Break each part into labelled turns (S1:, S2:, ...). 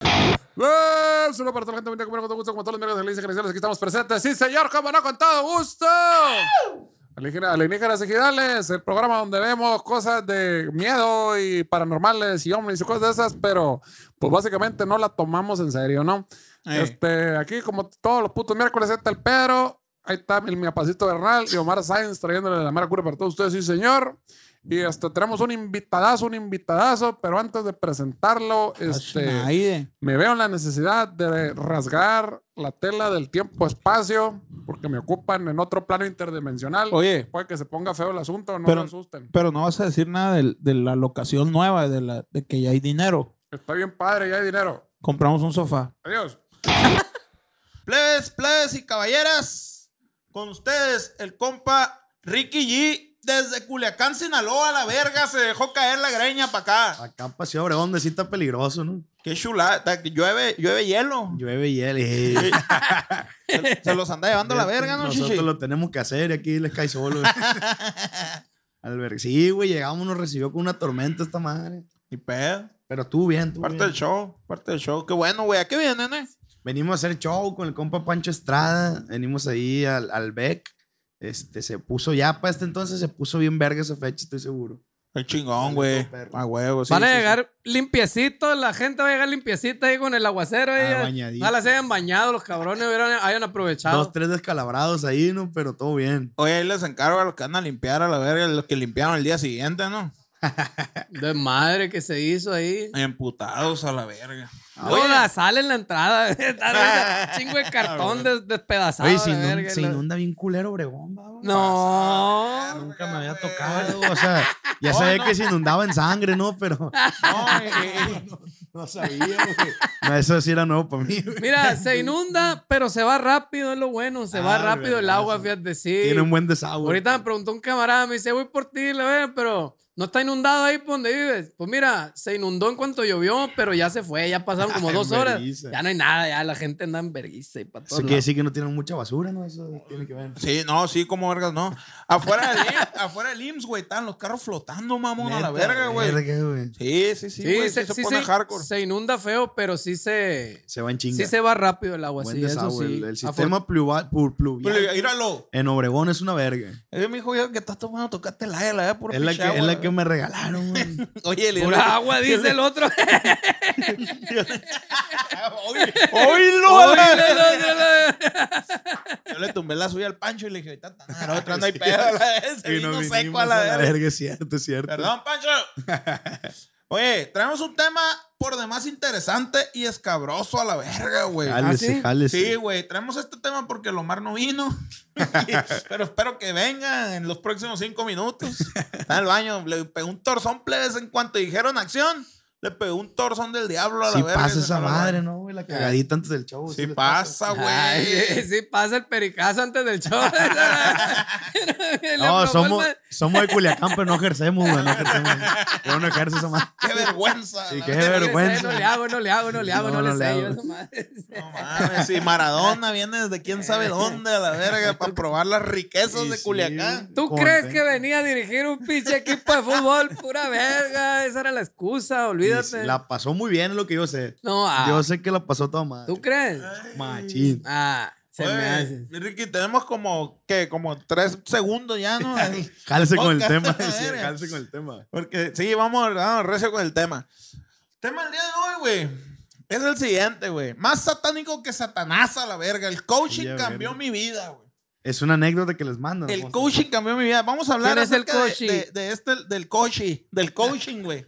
S1: ¡Eh! Solo para toda la gente bonita, con mucho gusto, como todos los miembros de la Iglesia Cristiana, aquí estamos presentes. ¡Sí, señor! ¡Cómo no! ¡Con todo gusto! Alienígena- Alienígenas Ejidales, el programa donde vemos cosas de miedo y paranormales y hombres y cosas de esas, pero pues básicamente no la tomamos en serio, ¿no?
S2: Eh.
S1: Este, aquí como todos los putos miércoles ahí está el Pedro, ahí está mi, mi apacito Bernal y Omar Sáenz trayéndole la mera cura para todos ustedes, sí señor. Y este, tenemos un invitadazo, un invitadazo, pero antes de presentarlo, este...
S2: Schneide.
S1: Me veo en la necesidad de rasgar la tela del tiempo-espacio porque me ocupan en otro plano interdimensional.
S2: Oye,
S1: Puede que se ponga feo el asunto, no
S2: Pero-
S1: me asusten.
S2: pero no vas a decir nada del- de, la locación nueva, de, la, de que ya hay dinero.
S1: Está bien padre, ya hay dinero.
S2: Compramos un sofá.
S1: Adiós.
S2: Plebes, plebes y caballeras, con ustedes el compa Ricky G. Desde Culiacán, Sinaloa, la verga, se dejó caer la greña para acá.
S3: Acá en Paseo Obregón, sí está peligroso, ¿no?
S2: Qué chulada, está- llueve, llueve hielo.
S3: Llueve y él. eh.
S2: Se, se los anda llevando la verga, ¿no,
S3: Nosotros
S2: chichi?
S3: lo tenemos que hacer y aquí les cae solo. güey. Al ver- Sí, güey, llegamos, nos recibió con una tormenta esta madre.
S2: Ni pedo.
S3: Pero tú bien, tú
S2: Parte
S3: bien.
S2: del show, parte del show. Qué bueno, güey. ¿A qué vienen, eh?
S3: Venimos a hacer show con el compa Pancho Estrada. Venimos ahí al, al Beck. Este, se puso ya para este entonces, se puso bien verga esa fecha, estoy seguro.
S2: El chingón, güey.
S3: perro.
S2: A huevo, sí.
S4: Van a
S2: sí, sí.
S4: llegar limpiecitos, la gente va a llegar limpiecita ahí con el aguacero.
S3: Ah,
S4: ahí.
S3: bañadito.
S4: Ojalá se hayan bañado, los cabrones hubieran, hayan aprovechado.
S3: Dos, tres descalabrados ahí, ¿no? Pero todo bien.
S2: Oye, ahí les encargo a los que van a limpiar a la verga, los que limpiaron el día siguiente, ¿no?
S4: De madre que se hizo ahí.
S2: Emputados a la verga.
S3: Ah,
S4: Luego la sal en la entrada. Está un chingo de cartón des- despedazado.
S3: Ah, Oye, se,
S4: la
S3: inun-
S4: verga,
S3: se
S4: la-
S3: inunda bien culero Obregón, babo.
S4: No.
S3: Nunca me había tocado, o sea, ya sabía
S2: no.
S3: que se inundaba en sangre, ¿no? Pero
S2: No, eh, eh,
S3: no sabía, güey. No, eso sí era nuevo para mí, güey.
S4: Mira, se inunda, pero se va rápido, es lo bueno. Se va
S3: Ah,
S4: rápido el
S3: verdad,
S4: agua,
S3: sí.
S4: fíjate, sí.
S3: Tiene un buen desagüe.
S4: Ahorita me preguntó un camarada, me dice, voy por ti, la verga, pero no está inundado ahí por donde vives. Pues mira, se inundó en cuanto llovió, pero ya se fue, ya pasaron como
S3: En
S4: dos horas.
S3: vergüenza.
S4: Ya no hay nada, ya la gente anda en vergüenza y para
S3: Eso
S4: todos
S3: quiere
S4: lados.
S3: decir que no tienen mucha basura, ¿no? Eso
S2: Pues,
S3: tiene que ver.
S2: sí, no, sí, como vergas, no. Afuera del, IMSS, afuera del IMSS, güey, están los carros flotando, mamón, a la
S3: Neta,
S2: verga, güey.
S3: verga, güey.
S2: Sí, sí, sí,
S4: Sí,
S2: güey, sí,
S4: se,
S2: se,
S4: sí
S2: pone
S4: se-
S2: hardcore.
S4: se inunda feo, pero sí se,
S3: Se va en chinga.
S4: sí se va rápido el agua,
S3: Buen
S4: sí, eso
S3: desagüe.
S4: sí.
S3: El, el sistema pluvial, plu- pluvial
S2: Pero, míralo.
S3: en Obregón es una verga.
S2: Eh, mi hijo, yo que estás tomando, tocaste la la verdad, puro
S3: Es la,
S2: pinche
S3: que, es
S2: agua,
S3: la que me regalaron, güey.
S2: Oye,
S4: Afo-
S2: le
S4: Pura agua, dice el otro.
S2: ¡Oílo! a
S4: Oye,
S2: la-
S4: la- la- la-
S2: Yo le tumbé la suya al Pancho y le dije, ahorita está nada, otra no hay pedo, a la vez, se
S3: Y
S2: vino
S3: nos
S2: seco
S3: vinimos
S2: a la verga.
S3: Es cierto, es cierto.
S2: Perdón, Pancho. Oye, traemos un tema por demás interesante y escabroso a la verga, güey.
S3: Jálese,
S4: ¿Ah, sí?
S3: jálese.
S2: Sí, güey, traemos este tema porque el Omar no vino. Pero espero que venga en los próximos cinco minutos. Está en el baño, le pegó un torzón, plebes, en cuanto dijeron acción, le pegó un torzón del diablo a la
S3: Sí
S2: verga.
S3: pasa
S2: y se
S3: esa
S2: jaló la-
S3: madre, ¿no? güey? La cagadita antes del show.
S2: Sí
S3: le Ah,
S2: pasa,
S4: Ay, eh,
S2: güey.
S4: sí, pasa el pericazo antes del show.
S3: No,
S4: no,
S3: somos, somos de Culiacán, pero no ejercemos, güey. No ejercemos. Yo no ejerzo esa madre.
S2: Qué vergüenza.
S3: Sí,
S2: la
S3: qué
S2: verga.
S4: No le sé,
S3: vergüenza.
S4: No le hago, no le hago, no le hago,
S3: No,
S4: no, le,
S3: no le
S4: sé yo
S3: hago.
S4: esa madre.
S2: No mames, y Maradona viene desde quién sabe dónde a la verga para probar las riquezas
S3: Sí,
S2: de
S3: sí.
S2: Culiacán.
S4: ¿Tú
S3: Contento.
S4: crees que venía a dirigir un pinche equipo de fútbol? Pura verga, esa era la excusa, olvídate.
S3: Y La pasó muy bien, es lo que yo sé.
S4: No, ah,
S3: Yo sé que la pasó toda madre.
S4: ¿tú crees?
S3: Machín.
S4: Ah, se
S2: Oye,
S4: me hace.
S2: Ricky, tenemos como que como tres segundos ya, ¿no? Ahí.
S3: Jálese con el
S2: Podcast,
S3: tema.
S2: la
S3: sí,
S2: verga.
S3: Jálese con el tema.
S2: Porque sí, vamos a recio con el tema. El tema del día de hoy, güey, es el siguiente, güey. Más satánico que Satanás a la verga. El coaching
S3: Sí, a
S2: cambió
S3: verga.
S2: mi vida, güey.
S3: Es una anécdota que les mandan.
S2: El
S3: ¿no?
S2: coaching cambió mi vida. Vamos a hablar
S4: ¿Quién es el
S2: acerca de-
S4: coaching?
S2: de, de este, del coaching, del coaching, güey.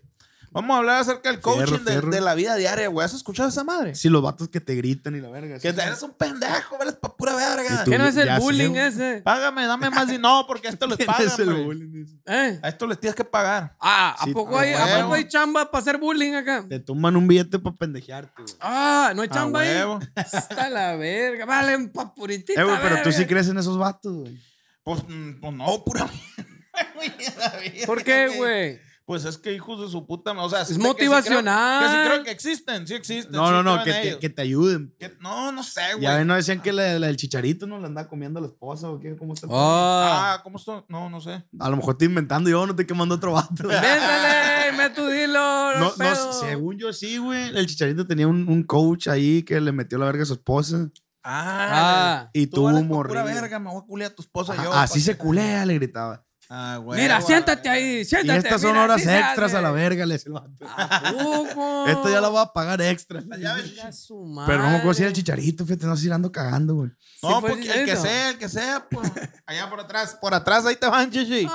S2: Vamos a hablar acerca del coaching
S3: Fierro,
S2: de-
S3: fierro.
S2: De, la vida diaria, güey. ¿Has escuchado esa madre?
S3: Si los vatos que te gritan y la verga.
S2: Que
S3: sí.
S2: te- eres un pendejo, eres pa' pura verga.
S3: Y tú-
S4: ¿Qué no es
S3: Ya
S4: el
S3: sé,
S4: bullying
S3: güey.
S4: ese?
S2: Págame, dame más dinero. No, porque a esto les
S3: ¿Quién
S2: pagan,
S3: es el
S2: güey.
S3: bullying ese?
S4: ¿Eh?
S2: A esto les tienes que pagar.
S4: Ah, ¿a
S3: Sí,
S4: poco,
S3: a
S4: hay, ¿a
S2: huevo.
S4: poco hay chamba para hacer bullying acá?
S3: Te toman un billete para pendejearte, güey.
S4: Ah, ¿no hay
S2: A
S4: chamba ahí?
S2: huevo.
S4: Está la verga. Vale, un papuritita.
S3: Eh, güey, pero tú sí
S4: verga.
S3: crees en esos vatos, güey.
S2: Pues, mm, pues no, pura mierda, güey, la vida,
S4: ¿Por qué, güey?
S2: Pues es que hijos de su puta madre. O sea, sí
S4: Es
S2: que sí creo-
S4: motivacional.
S2: Que sí, creo, que existen, sí existen.
S3: No,
S2: sí
S3: no, no, que
S2: creo en
S3: te,
S2: ellos.
S3: que te ayuden.
S2: Que- no, no sé, güey.
S3: Ya ven, no decían que la, la del chicharito no la andaba comiendo a la esposa o qué, cómo está. el
S4: Ah.
S2: Ah, ¿cómo esto? No, no sé.
S3: pedo? A lo mejor estoy inventando yo, no te quemando otro vato. güey.
S4: Oh, Véndele, me tu dilo.
S3: No, no,
S4: pedo.
S3: según yo sí, güey. El chicharito tenía un, un coach ahí que le metió la verga a su esposa
S2: Ah,
S4: Ah.
S3: y
S2: tú
S3: tuvo
S2: eres
S3: un
S2: pa' pura
S3: morrillo.
S2: verga, me voy a culiar a tu esposa
S3: Ajá, ah,
S2: yo. pues.
S3: Así
S2: pa'
S3: se
S2: que-
S3: culea, le gritaba.
S2: Ah, güey.
S4: Mira,
S2: güey.
S4: siéntate ahí,
S3: Y
S4: siéntate.
S3: estas son
S4: mira,
S3: horas
S4: así se
S3: extras
S4: hace.
S3: a la verga, le decía el vato.
S2: Ah.
S4: ¿A poco?
S3: Esto ya lo voy a pagar extra.
S2: Ya ves.
S4: Chinga su
S3: Pero no me acuerdo si
S4: madre.
S3: era el chicharito, fíjate, no sé si la ando cagando, güey.
S4: Sí
S2: No,
S4: fue
S2: pues el que
S4: chicharito.
S2: sea, el que sea, pues. Allá por atrás, por atrás, ahí te van, chichi.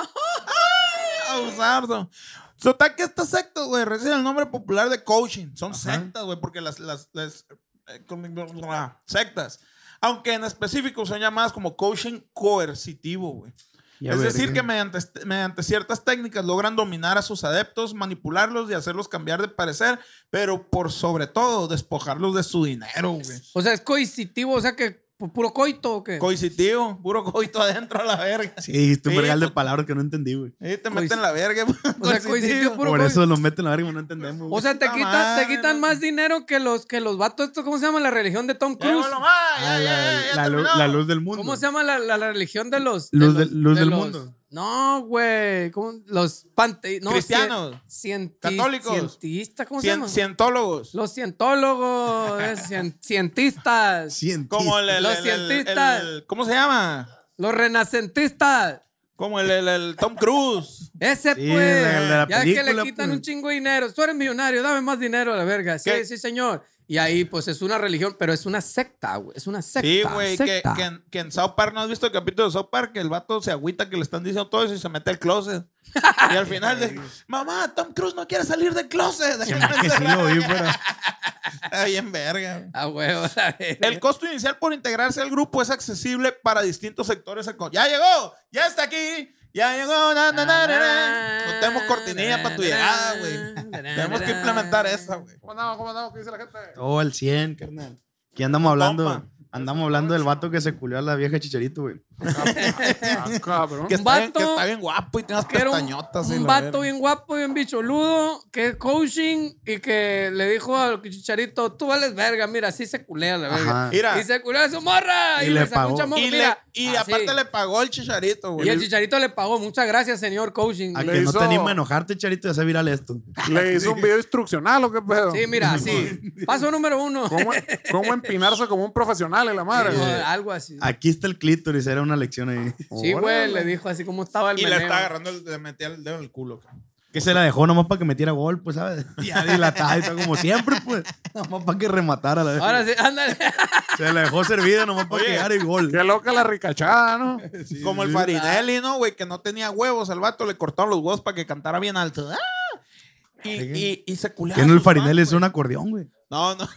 S2: Ay, Abusardo. Sota que estas sectas, güey, reciben el nombre popular de coaching. Son sectas, güey, porque las, las, las, eh, como- bla, bla, bla, sectas. Aunque en específico son llamadas como coaching coercitivo, güey.
S3: Ya
S2: es
S3: verga.
S2: decir, que mediante, est- mediante ciertas técnicas logran dominar a sus adeptos, manipularlos y hacerlos cambiar de parecer, pero por sobre todo despojarlos de su dinero, güey.
S4: O sea, es coisitivo, o sea que pu- puro coito o qué?
S2: Coisitivo, puro coito adentro a la verga.
S3: Sí, dijiste un
S2: Sí,
S3: vergal de
S2: pues-
S3: palabras que no entendí, güey.
S2: Ahí te
S4: Cois-
S2: meten la verga.
S4: o sea, coisitivo, puro
S3: Por
S4: coito.
S3: eso nos meten la verga y no entendemos.
S4: O
S3: güey.
S4: sea, te
S2: Puta
S4: quitan,
S2: madre,
S4: te quitan
S2: no.
S4: más dinero que los que los vatos, esto, ¿cómo se llama la religión de Tom Cruise?
S2: Llévalo,
S3: Ah,
S2: ma, ya,
S3: la,
S2: ya, ya, ya
S3: la lu-
S2: terminó.
S3: la luz del mundo.
S4: ¿Cómo se llama la, la- la religión de los
S3: Luz
S4: de
S3: del- luz del
S4: los-
S3: mundo.
S4: No, güey, ¿cómo? los pante, no,
S2: Cristianos.
S4: cien- cienti-
S2: Católicos.
S4: cientistas, ¿cómo
S2: Cien-
S4: se llama?
S2: cientólogos.
S4: Los cientólogos, eh, cien- cientistas,
S3: Cientista.
S2: Como el, el-
S4: Los
S2: el- el-
S4: cientistas.
S2: el- ¿Cómo se llama?
S4: los renacentistas.
S2: Como el, el- el Tom Cruise.
S4: Ese
S3: Sí,
S4: pues,
S3: la- la- la
S4: ya que
S3: película,
S4: le quitan
S3: pues.
S4: un chingo de dinero. Tú eres millonario, dame más dinero a la verga. Sí,
S2: ¿Qué?
S4: sí, señor. Y ahí, pues, es una religión, pero es una secta, güey. Es una secta.
S2: Sí, güey. Que,
S4: secta.
S2: que en, que en South Park, ¿no has visto el capítulo de South Park? Que el vato se agüita que le están diciendo todo eso y se mete al closet. Y al final, de, mamá, Tom Cruise no quiere salir del closet.
S3: Se me hace que sí lo vi, pero...
S2: Está bien verga. güey.
S4: A huevo, la verga.
S2: El costo inicial por integrarse al grupo es accesible para distintos sectores. eco- Ya llegó, ya está aquí, ya llegó. na, na, na, na, na. No tenemos cortinilla para tu llegada, güey. Tenemos que implementar esa, güey.
S1: ¿Cómo andamos? ¿Cómo andamos? ¿Qué dice la gente?
S3: Todo al 100, carnal. ¿Qué andamos hablando?
S2: Compa.
S3: Andamos hablando del vato que se culió a la vieja chicharito, güey.
S1: Ah, cabrón.
S2: Que está, bien, que
S4: vato
S2: está bien guapo y tiene unas
S4: Que era un,
S2: pestañotas. y
S4: un
S2: la
S4: vato
S2: verga.
S4: bien guapo, bien bicholudo, que es coaching y que le dijo al chicharito, tú vales verga, mira, así se culea la verga.
S3: Ajá.
S2: Mira.
S4: Y se culea a su morra.
S3: Y
S4: Y,
S3: le
S4: le, sacó
S3: pagó.
S4: mucha morra,
S2: Y, le-
S4: mira,
S2: y
S4: así.
S2: aparte le pagó Ah, el chicharito,
S4: Y
S2: güey.
S4: el chicharito le pagó, muchas gracias, señor coaching.
S3: A
S1: Le
S3: que no te
S1: hizo-
S3: anima a enojarte, charito, ya se viral esto.
S1: Le hizo un video instruccional o qué pedo.
S4: Sí, mira, así. Paso número uno.
S1: ¿Cómo, cómo empinarse como un profesional en la madre?
S4: O
S1: güey?
S4: algo así.
S3: Aquí está el clítoris, era una lección ahí.
S4: Sí, güey, le dijo así como estaba el
S2: Y le
S4: meneo.
S2: está agarrando, el- le metía el dedo en el culo. cabrón.
S3: Que se la dejó nomás para que metiera gol, pues, ¿sabes? Ya dilatada y todo como siempre, pues. Nomás para que rematara la verga.
S4: Ahora sí, ándale.
S3: Se la dejó servida nomás para
S2: Oye.
S3: que llegara el gol.
S1: Qué loca la ricachada, ¿no?
S2: Como el Farinelli, ¿no, güey? Que no tenía huevos. Al vato le cortaron los huevos para que cantara bien alto. ¡Ah! Y, y, y se culeaba.
S3: Que no el
S2: sus
S3: farinel
S2: manos,
S3: es un acordeón, güey.
S2: güey. No, no.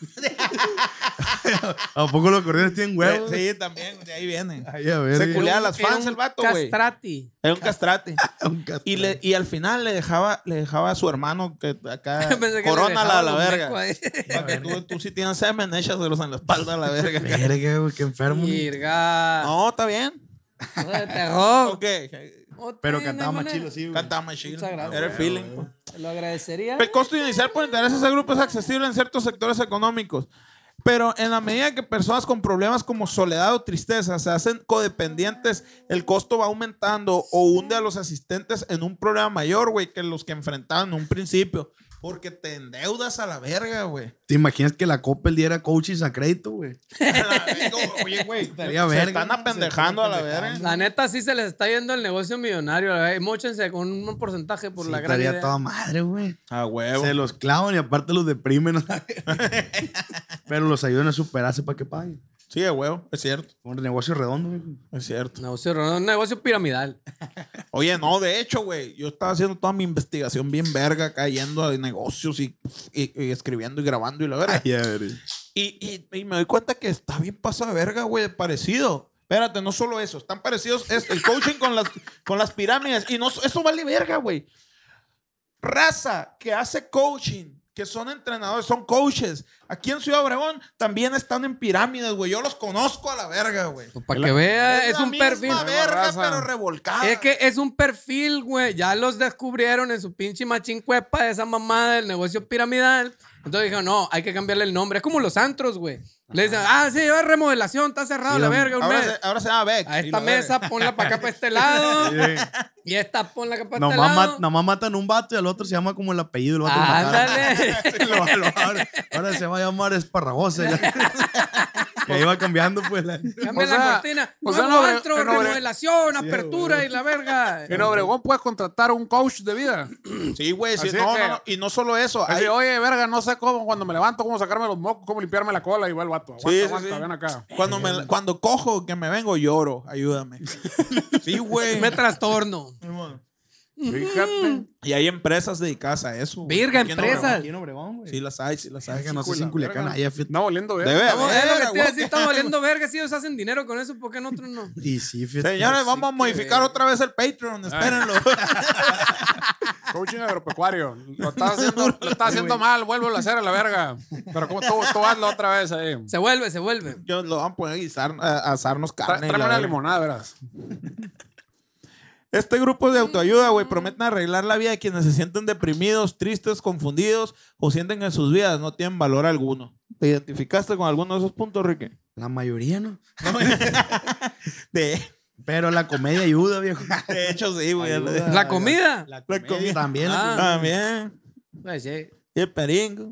S3: ¿A poco los acordeones tienen huevos?
S2: Pues, Sí, también, de ahí viene.
S3: Ay, a ver.
S2: Se
S3: eh.
S2: culea a
S4: Era
S2: las
S4: un- era
S2: fans
S4: un
S2: el vato, güey.
S4: Castrati.
S2: Era un castrate.
S3: Un castro.
S2: Y, le, y al final le dejaba, le dejaba a su hermano que acá
S4: Pensé que le
S2: Ah, corona
S4: dejaba
S2: a la
S4: los
S2: verga.
S4: mecos ahí.
S2: Para que tú, tú sí tienes semen, échaselos en la espalda a la verga.
S3: Verga, güey, qué enfermo.
S4: Virga.
S2: no, está bien.
S4: Hijo de terror.
S2: Ok.
S4: No
S3: Pero
S4: tiene
S3: cantaba más
S4: manera.
S3: chilo, sí, güey.
S2: Cantaba más chido.
S4: Muchas gracias.
S2: Era el feeling. pues.
S4: Te Lo agradecería.
S2: El costo inicial por intereses a grupos es accesible en ciertos sectores económicos. Pero en la medida que personas con problemas como soledad o tristeza se hacen codependientes, el costo va aumentando o hunde a los asistentes en un problema mayor, güey, que los que enfrentaban en un principio. Porque te endeudas a la verga, güey.
S3: ¿Te imaginas que la Coppel diera coaches a crédito, güey?
S2: A la verga, Oye, güey.
S3: Estaría
S2: Se
S3: verga,
S2: están
S3: ¿no? Se
S2: apendejando a la verga.
S4: La neta sí se les está yendo el negocio millonario. la verdad. Móchense con un buen porcentaje por
S3: Sí,
S4: la gran
S3: estaría
S4: idea.
S3: toda madre, güey.
S2: A huevo.
S3: Se los clavan y aparte los deprimen. ¿no? Pero los ayudan a superarse para que paguen.
S2: Sí, de huevo, es cierto,
S3: Un negocio redondo, viejo.
S2: es cierto.
S4: Negocio, un negocio piramidal.
S2: Oye, no, de hecho, güey, yo estaba haciendo toda mi investigación bien verga, cayendo a negocios y, y- y escribiendo y grabando y la verga.
S3: Ay, a ver. eh.
S2: Y, y- y me doy cuenta que está bien pasada verga, güey, de parecido. Espérate, no solo eso, están parecidos es el coaching con las, con las pirámides. Y no, eso vale verga, güey. Raza que hace coaching, que son entrenadores, son coaches. Aquí en Ciudad Obregón también están en pirámides, güey. Yo los conozco a la verga, güey.
S4: Pues, Para que vea, Eh, es,
S2: la
S4: un
S2: misma
S4: perfil.
S2: verga,
S1: Raza.
S2: pero revolcada.
S4: Es que es un perfil, güey. Ya los descubrieron en su pinche machincuepa de esa mamada del negocio piramidal. Entonces dijeron, no, hay que cambiarle el nombre. Es como los antros, güey. Le dicen, ah, sí, va remodelación, está cerrado
S3: Sí,
S4: la
S3: don-
S4: verga un
S2: ahora,
S4: mes.
S2: se, ahora se llama Beck.
S4: A
S2: y
S4: esta
S2: la verga.
S4: mesa ponla para acá, para este lado. y esta ponla acá, para este
S3: Nomás,
S4: lado.
S3: mat- nomás matan un vato y al otro se llama como el apellido del vato. que mataron.
S4: Ándale.
S3: Lo- lo- ahora, ahora se va a llamar Esparragosa. ya. Y ahí va cambiando, pues. la-
S4: Cambia
S1: O sea,
S4: la cortina.
S1: o
S4: Nuevo
S1: sea, no,
S4: antro,
S1: en Obre-
S4: remodelación,
S3: Sí,
S4: apertura y la verga.
S1: En Obregón puedes contratar un coach de vida.
S2: Sí, güey. sí,
S1: Así
S2: no,
S1: que-
S2: no, no, Y no solo eso.
S1: Así,
S2: hay-
S1: oye, verga, no sé cómo, cuando me levanto, cómo sacarme los mocos, cómo limpiarme la cola. Y va el vato. Aguanta,
S2: Sí, sí,
S1: aguanta,
S2: sí.
S1: ven acá.
S2: Cuando, me, cuando cojo, que me vengo, lloro. Ayúdame. Sí, güey.
S4: Me trastorno.
S1: Fíjate.
S2: Y hay empresas dedicadas a eso. güey.
S4: Virga,
S2: Aquí en
S4: empresas.
S2: Obregón. Sí, las hay, sí, las hay.
S3: Ay, que no sé
S1: Hijo de
S3: si en
S1: la
S3: Culiacán
S1: verga.
S3: haya fiesta.
S1: No, ¿eh? oliendo, verga.
S2: Debe
S4: Estamos, eh, es lo
S2: haber,
S4: que te iba a
S2: güey.
S4: decir, estamos valiendo verga. Si ellos hacen dinero con eso, ¿por qué nosotros no?
S3: Y sí, fiesta.
S2: Señores, vamos a modificar otra vez el Patreon. Espérenlo.
S1: Coaching agropecuario. Lo estás haciendo, lo estás haciendo mal, vuélvelo a hacer a la verga. Pero como tú, tú hazlo otra vez ahí.
S4: Se vuelve, se vuelve.
S2: Yo lo van a poner a, guisar, a- a asarnos
S1: Tra-
S2: carne. y
S1: Tráeme
S2: la
S1: una
S2: verga.
S1: limonada, verás.
S2: Este grupo de autoayuda, güey, prometen arreglar la vida de quienes se sienten deprimidos, tristes, confundidos o sienten que sus vidas no tienen valor alguno. ¿Te identificaste con alguno de esos puntos, Ricky?
S3: La mayoría, ¿no?
S2: De,
S3: Pero la comedia ayuda, viejo.
S2: de hecho, sí, güey.
S3: Ayuda.
S4: ¿La comida?
S3: La
S2: La comida.
S3: También.
S4: Ah.
S2: También.
S4: Pues sí.
S2: Y el peringo.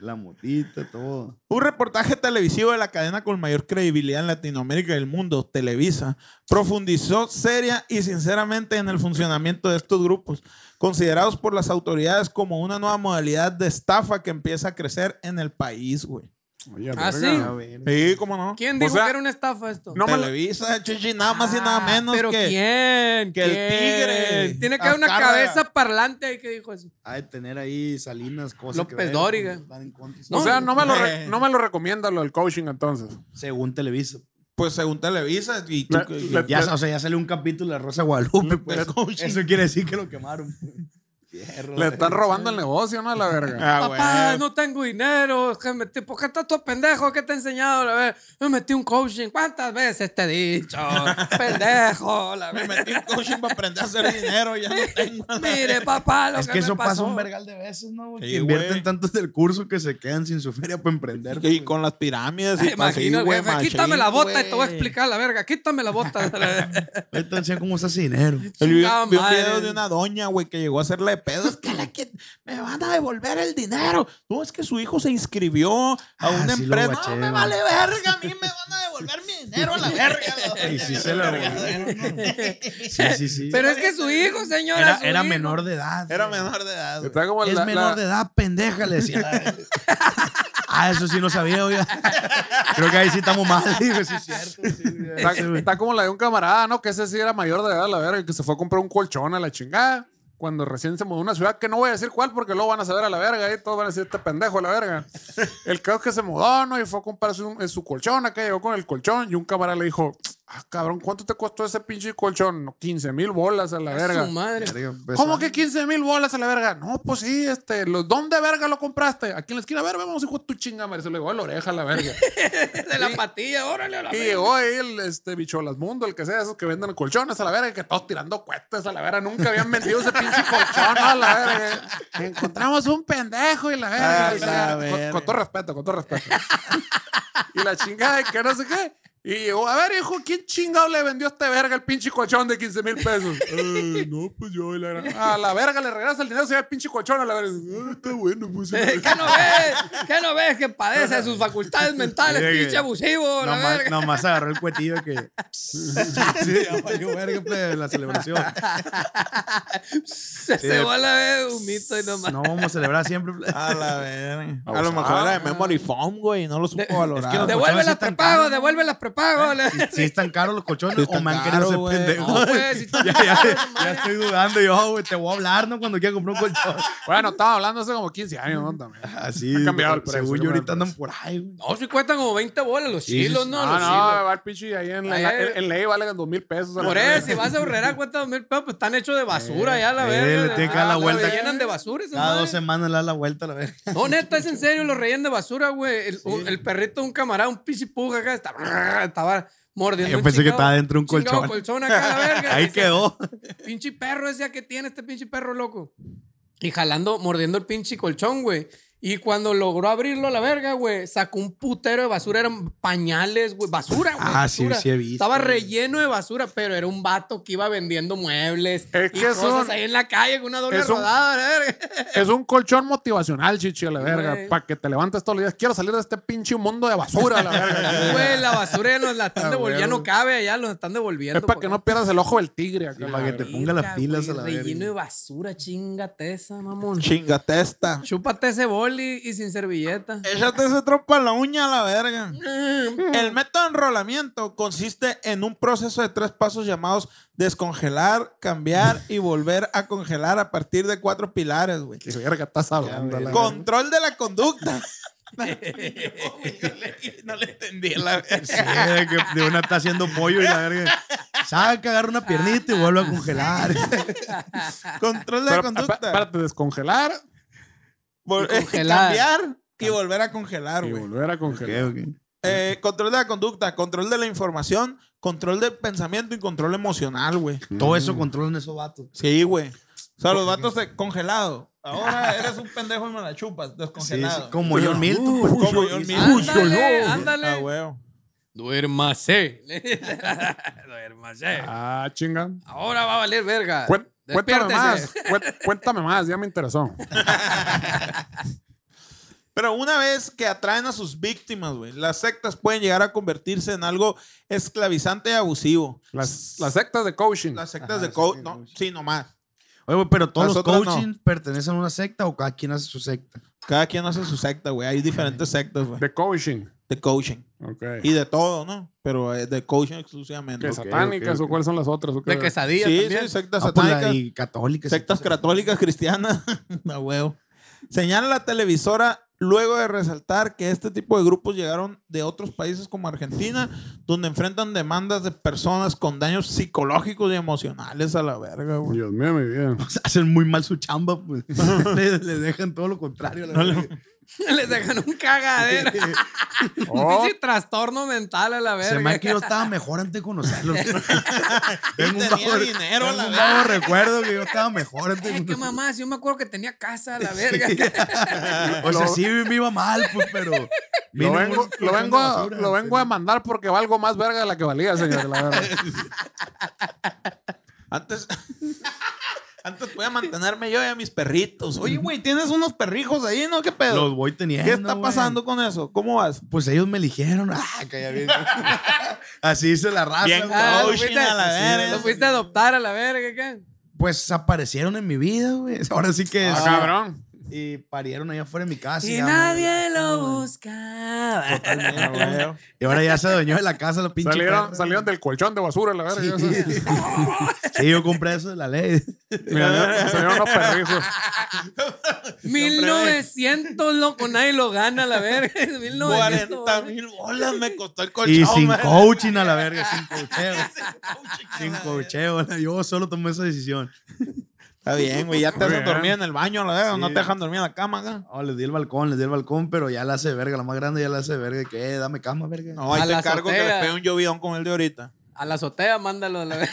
S3: La motita, todo.
S2: Un reportaje televisivo de la cadena con mayor credibilidad en Latinoamérica y el mundo, Televisa, profundizó seria y sinceramente en el funcionamiento de estos grupos, considerados por las autoridades como una nueva modalidad de estafa que empieza a crecer en el país, güey.
S1: Oye,
S4: Ah,
S1: verga.
S4: sí.
S3: A ver.
S2: Sí, cómo no.
S4: ¿Quién
S1: O
S4: dijo
S1: sea,
S4: que era una estafa esto?
S1: No me la-
S2: Televisa, chichi, nada más y nada
S4: Ah,
S2: menos
S4: ¿Pero
S2: que...
S4: quién?
S2: que el
S4: ¿Quién?
S2: tigre,
S4: Tiene que haber una
S2: Azcárraga.
S4: cabeza parlante ahí que dijo eso.
S3: Ha de tener ahí Salinas, cosas. que
S4: López
S3: ver,
S4: Dóriga.
S3: van en contra.
S1: O sea, no me, lo
S2: Eh.
S1: re- no me lo recomienda lo del coaching entonces.
S3: Según Televisa.
S2: Pues según Televisa, y tú
S1: La-
S2: que-
S1: la-
S3: Ya, o sea, ya salió un capítulo de Rosa de Guadalupe. pues. Eso quiere decir que lo quemaron. pues. Fierro,
S1: Le están robando el negocio, ¿no? A La verga.
S2: Ah, güey.
S4: Papá, no tengo dinero. que me te- ¿Por qué estás todo pendejo? ¿Qué te he enseñado? La ver- me metí un coaching. ¿Cuántas veces te he dicho? pendejo. La
S2: Me
S4: ver-
S2: metí en coaching para aprender a hacer dinero, ya no tengo
S4: Mire, papá, lo
S3: Es
S4: que,
S3: que eso
S4: me
S3: pasa
S4: pasó.
S3: un vergal de veces, ¿no? güey?
S2: Sí,
S3: que invierten
S2: güey.
S3: tantos del curso que se quedan sin su feria para emprender.
S2: Y con las pirámides y
S4: Imagino,
S2: así,
S4: el
S2: güey,
S4: jefe,
S2: machín,
S4: quítame la bota y te voy a
S2: güey.
S4: explicar la verga. Quítame la bota. la verga.
S3: Entonces, ¿cómo se hace dinero?
S2: El video,
S4: Chingada
S2: vi un
S4: madre.
S2: video de una doña, güey, que llegó a hacerle de pedo. Es que, la que me van a devolver el dinero. No, es que su hijo se inscribió a
S3: Ah,
S2: una
S3: sí lo
S2: empresa.
S3: guaché,
S2: no, me
S3: güey.
S2: vale verga. A mí me van a devolver mi dinero a la verga. la doña.
S3: Y sí se lo devolvieron, ¿no? Sí, sí, sí.
S4: Pero es que su hijo, señora.
S3: era,
S4: su
S3: era
S4: hijo.
S3: menor de edad.
S2: Era
S3: güey.
S2: menor de edad. güey.
S1: Está como
S3: Es
S1: la-
S3: menor
S1: la-
S3: de edad, pendeja, le decía. ah, eso sí no sabía, oiga. Creo que ahí sí estamos mal. Digo, sí, es cierto. sí, güey.
S1: Está, está como la de un camarada, ¿no? Que ese sí era mayor de edad, la verga, que se fue a comprar un colchón a la chingada. Cuando recién se mudó a una ciudad, que no voy a decir cuál, porque luego van a saber a la verga, y todos van a decir este pendejo a la verga. El caso es que se mudó, ¿no? Y fue a comprarse un- su colchón, acá llegó con el colchón, y un camarada le dijo, ah, cabrón, ¿cuánto te costó ese pinche colchón? "No, 15 mil bolas a la verga.
S4: Su madre.
S3: Verga, pues,
S1: ¿Cómo que 15 mil bolas a la verga? No, pues sí, este, ¿lo- ¿dónde verga lo compraste? Aquí en la esquina, a ver, vamos, hijo de tu chinga, madre. Se le llegó a la oreja a la verga.
S4: De la patilla, órale a la
S1: Y
S4: verga.
S1: llegó ahí el este, bicholas mundo, el que sea, esos que venden colchones a la verga, que todos tirando cuetas a la verga. Nunca habían vendido ese pinche colchón a la verga. Encontramos un pendejo y la verga.
S2: Ah,
S1: y la verga.
S2: la verga.
S1: Con, con todo respeto, con todo respeto. y la chingada de que no sé qué. Y llegó, a ver, hijo, ¿quién chingado le vendió a este verga el pinche colchón de 15 mil pesos? "Eh, no, pues yo, y la gran- A la verga le regresa el dinero, se va el pinche colchón a la verga. "Ah, está bueno, pues.
S4: ¿Qué no ves? ¿Qué no ves que padece de sus facultades mentales,
S3: Oye, que-
S4: pinche abusivo? la
S3: Nomás,
S4: verga?
S3: nomás agarró el cuetillo que. sí, ya valió verga, plebe, la celebración.
S4: se se va a la vez humito y nomás.
S3: No vamos a celebrar siempre. pues. plebe.
S2: A la verga. A lo
S5: Abusado.
S2: mejor era de Memory Foam, güey, y no lo supo valorar.
S3: los
S4: devuelve
S3: colchones sí
S4: las
S3: están ¿Eh?
S4: prepago,
S3: caros.
S4: devuelve las prepago. la-
S3: Si, si están caros los colchones
S2: Sí
S3: o
S2: están
S3: me han querido
S2: caros,
S3: ser
S2: güey.
S3: pendejo.
S4: No, pues, si-
S3: ya, ya, ya
S4: madre.
S3: estoy dudando yo, güey. Te voy a hablar, ¿no? Cuando quiera comprar un colchón.
S1: Bueno, estaba hablando hace como 15 años, ¿no? También.
S3: Así.
S1: Ha cambiado el
S3: güey,
S1: precio,
S3: Según
S1: ha cambiado
S3: yo,
S1: el
S3: ahorita andan por ahí, güey.
S4: No, si cuestan como 20 bolas los
S3: Sí, sí,
S4: chilos,
S3: sí.
S4: ¿no?
S1: Ah, No,
S4: Los
S1: no,
S4: chilos.
S1: va el pinche ahí en, la,
S4: Ahí-
S1: en ley valen 2 mil pesos. a la
S4: Por
S1: verga.
S4: eso, si vas a ahorrar cuesta dos mil pesos, pues están hechos de basura
S3: pues, Eh,
S4: ya, la
S3: eh,
S4: verga.
S3: le tiene que dar
S4: Ah,
S3: la
S4: lo
S3: vuelta.
S4: rellenan de basura esa
S3: Cada
S4: madre.
S3: dos semanas le da la vuelta a la verga.
S4: No, neta, es en serio, lo rellenan de basura, güey. El, un- el perrito de un camarada, un pichipuja acá, estaba, estaba mordiendo.
S3: Yo
S4: un
S3: pensé que
S4: chingado-
S3: estaba dentro de un
S4: chingado
S3: colchón.
S4: colchón acá, la verga.
S3: Ahí
S4: Dice,
S3: quedó.
S4: Pinche perro decía que tiene este pinche perro loco. Y jalando, mordiendo el pinche colchón, güey. Y cuando logró abrirlo a la verga, güey, sacó un putero de basura. Eran pañales, güey. Basura, güey.
S3: Ah, sí,
S4: basura.
S3: sí he visto,
S4: Estaba
S3: güey.
S4: relleno de basura, pero era un vato que iba vendiendo muebles
S1: Es
S4: y
S1: que es
S4: cosas
S1: un-
S4: ahí en la calle con una doble
S1: es un-
S4: rodada, la verga.
S1: Es un colchón motivacional, chichi, a la
S4: Güey.
S1: verga. Para que te levantes todos los días. Quiero salir de este pinche mundo de basura, a la verga.
S4: Güey, la basura ya nos la están
S1: Ah,
S4: devolviendo.
S1: güey.
S4: Ya no cabe allá, nos están devolviendo.
S1: Es para que
S4: porque-
S1: no pierdas el ojo del tigre. acá,
S3: para que te
S1: güey.
S3: ponga las
S4: Verga,
S3: pilas
S4: güey,
S3: a la verga.
S4: Relleno de basura, chingate esa, mamón.
S2: Chinga testa.
S4: Chúpate ese boli y sin servilleta.
S2: Échate ese trompo a la uña a la verga. El método de enrolamiento consiste en un proceso de tres pasos llamados descongelar, cambiar y volver a congelar a partir de cuatro pilares, güey.
S1: Qué verga estás hablando. a la verga.
S2: Control de la conducta. no le entendí a la
S3: Sí, de que de una está haciendo pollo y la verga. Saca, agarra una piernita y vuelve a congelar.
S2: Control de la
S1: Pero,
S2: conducta.
S1: pa- Para te descongelar
S2: Vol- eh,
S4: congelar.
S2: Cambiar
S1: Ah.
S2: y volver a congelar,
S1: y
S2: güey.
S1: volver a
S3: Ok,
S1: congelar.
S3: ok.
S2: Eh, control de la conducta, control de la información, control del pensamiento y control emocional, güey.
S3: Todo eso controlan esos vatos.
S2: Sí, güey. O sea, los vatos de- congelado. Ahora eres un pendejo y me la chupas,
S3: Sí, sí,
S2: descongelado.
S3: como John Milton. pues.
S2: Como yo mismo.
S4: Ándale,
S2: Ah,
S4: ándale.
S2: güey.
S4: Duérmase. Duérmase.
S1: Ah, chinga.
S4: Ahora va a valer verga.
S1: Cuen- Cuéntame
S4: Ah,
S1: más.
S4: Despiértese.
S1: Cuen- Cuéntame más, ya me interesó.
S2: Pero una vez que atraen a sus víctimas, güey, las sectas pueden llegar a convertirse en algo esclavizante y abusivo.
S1: Las, las sectas de coaching.
S2: Las sectas
S3: Ajá,
S2: de coach,
S3: sí,
S2: no,
S3: sí.
S2: sí, nomás.
S3: Oye, güey, pero todos
S2: Las
S3: los
S2: otras no.
S3: coaching pertenecen a una secta o cada quien hace su secta.
S2: Cada quien hace su secta, güey. Hay diferentes sectas, güey,
S1: De coaching.
S2: de coaching.
S1: Ok.
S2: Y de todo, ¿no? Pero eh, de coaching exclusivamente.
S1: ¿Qué satánicas
S3: ok, ok.
S1: o cuáles son las otras? ¿O qué?
S4: De quesadilla
S2: Sí,
S4: también.
S2: sí, sectas
S3: Ah, pues, la-
S2: satánicas.
S3: y católicas.
S2: Sectas católicas cristianas. A huevo. Señala la televisora luego de resaltar que este tipo de grupos llegaron de otros países como Argentina, donde enfrentan demandas de personas con daños psicológicos y emocionales a la verga, güey.
S1: Dios mío, mi vida.
S3: Hacen muy mal su chamba, pues. les, les dejan todo lo contrario. la verga.
S4: Les dejan un cagadero. Un
S1: Oh,
S4: pinche trastorno mental a la
S3: Se me
S4: verga.
S3: hace que yo estaba mejor antes de conocerlos. tengo
S2: tenía dinero,
S3: tengo
S2: la
S3: un
S2: verga.
S3: vago recuerdo que yo estaba mejor antes
S4: Ay,
S3: de
S4: qué
S3: conocerlos.
S4: mamá, si yo me acuerdo que tenía casa a la verga.
S3: O sea, sí me iba mal, pues, pero.
S1: lo
S3: mínimo
S1: vengo, lo
S3: un colchón
S1: vengo,
S3: de
S1: a,
S3: basura,
S1: lo vengo a
S3: pero-
S1: mandar porque valgo más verga de la que valía, señor. La verdad.
S2: Antes. Antes podía mantenerme yo y a mis perritos. Oye, güey, tienes unos perrijos ahí, ¿no? ¿Qué pedo?
S3: Los voy teniendo.
S2: ¿Qué está
S3: güey.
S2: pasando con eso? ¿Cómo vas?
S3: Pues ellos me eligieron. Ah, calla bien. Así hice la raza.
S2: Bien,
S3: güey.
S4: Ah, lo
S2: Coaching
S4: fuiste,
S2: Oh, a la verga.
S4: lo fuiste a adoptar a la verga, ¿qué?
S3: Pues aparecieron en mi vida, güey. Ahora sí que.
S1: Ah,
S3: sí.
S1: cabrón.
S3: Y parieron allá afuera de mi casa.
S4: Y
S3: ya,
S4: nadie
S3: güey.
S4: lo buscaba.
S2: A huevo.
S3: Y ahora ya se adueñó de la casa la pinche.
S1: Salieron,
S3: perra.
S1: salieron del colchón de basura, la verga. ya sabes.
S3: Sí. Sí, yo compré eso de la ley.
S1: Mira, salieron unos perrijos.
S4: 1900, loco, nadie lo gana, la verga. 1900.
S2: 40 mil bolas me costó el colchón.
S3: Y sin
S2: Oh, man.
S3: coaching a la verga, sin coacheo. sin coacheo. Yo solo tomé esa decisión.
S2: Está bien, güey. Ya te
S1: Muy
S2: hacen
S1: bien.
S2: dormir en el baño, la verga. No
S3: Sí.
S2: te dejan dormir en la cama, acá.
S3: No, les di el balcón, les di el balcón, pero ya la hace verga. La más grande ya la hace verga. ¿Qué? "Eh, Dame cama, verga.
S2: No,
S4: A
S2: ahí
S4: la
S2: te cargo que
S4: azotea.
S2: le pegue un llovidón con el de ahorita.
S4: A la azotea, mándalo. a la vez.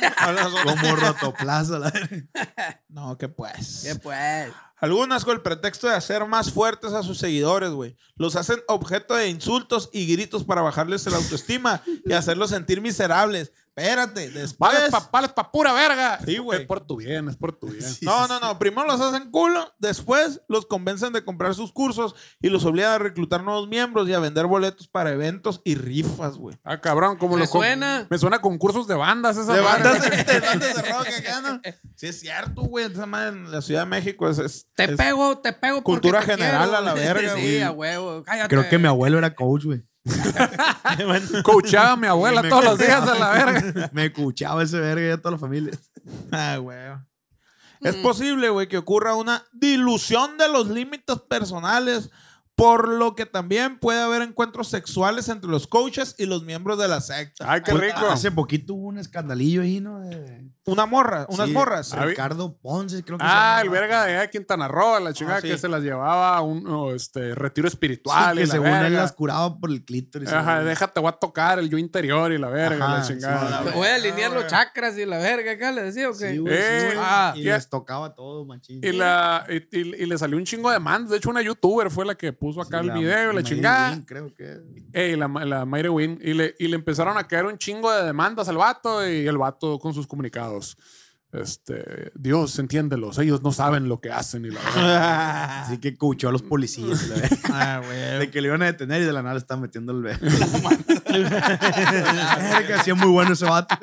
S3: Como rotoplaza. la verga.
S2: No, que pues.
S4: ¿Qué pues?
S2: Algunas con el pretexto de hacer más fuertes a sus seguidores, güey. Los hacen objeto de insultos y gritos para bajarles la autoestima y hacerlos sentir miserables. Espérate, después.
S1: Vales pa, vales pa pura verga.
S2: Sí, güey.
S1: Es por tu bien, es por tu bien.
S2: No, no, no. Primero los hacen culo, después los convencen de comprar sus cursos y los obligan a reclutar nuevos miembros y a vender boletos para eventos y rifas, güey.
S1: Ah, cabrón, como
S4: Me
S1: lo con-
S4: suena.
S1: Me suena a concursos de bandas esa
S2: De
S1: madre.
S2: bandas de bandas este de rock acá, ¿no? Sí, es cierto, güey. Esa madre en la Ciudad de México es. es-
S4: Te
S2: es-
S4: pego, te pego. porque
S2: cultura
S4: te
S2: general
S4: quiero.
S2: a la verga,
S4: Sí,
S2: güey.
S4: a huevo. Cállate.
S3: Creo que mi abuelo era coach, güey.
S1: Coachaba a mi abuela
S3: Me
S1: todos los días
S3: coachaba.
S1: a la verga.
S3: Me escuchaba ese verga y a toda la familia.
S2: Ah, güey. Es posible, güey, que ocurra una dilución de los límites personales, por lo que también puede haber encuentros sexuales entre los coaches y los miembros de la secta.
S1: Ay, qué
S3: Pues,
S1: rico.
S3: Hace poquito hubo un escandalillo ahí, ¿no? De-
S2: Una morra, unas
S3: Sí,
S2: morras.
S1: Ah,
S3: Ricardo Ponce, creo que se
S1: Ah,
S3: llama.
S1: el verga de allá de Quintana Roo, la chingada
S2: sí.
S1: que se las llevaba a un oh, este, retiro espiritual. y
S3: Sí, que
S1: la
S3: según él
S1: verga.
S3: las curaba por el clítoris.
S1: Ajá,
S3: güey.
S1: déjate, voy a tocar el yo interior y la verga,
S3: Ajá,
S1: la chingada.
S3: sí, la
S4: Te
S3: verga.
S4: Voy a alinear los chakras y la verga. Acá le decía, ¿o qué?
S3: Sí, güey, sí,
S1: Eh,
S3: güey.
S4: ah,
S3: y
S1: ya-
S3: les tocaba todo, machín.
S1: Y, la, y, y- y le salió un chingo de demandas. De hecho, una youtuber fue la que puso acá el
S3: la-
S1: video y la
S3: Mary
S1: chingada.
S3: Wynn, creo que.
S1: Ey, la, la Mayre Wynn. Y le, y le empezaron a caer un chingo de demandas al vato y el vato con sus comunicados. Este, Dios, entiéndelos. Ellos no saben lo que hacen. Y la verga.
S3: Así que cuchó a los policías. la verga.
S2: Ah, güey.
S3: de que le iban a detener y de la nada le estaban metiendo el verga. verga, hacía muy bueno ese vato.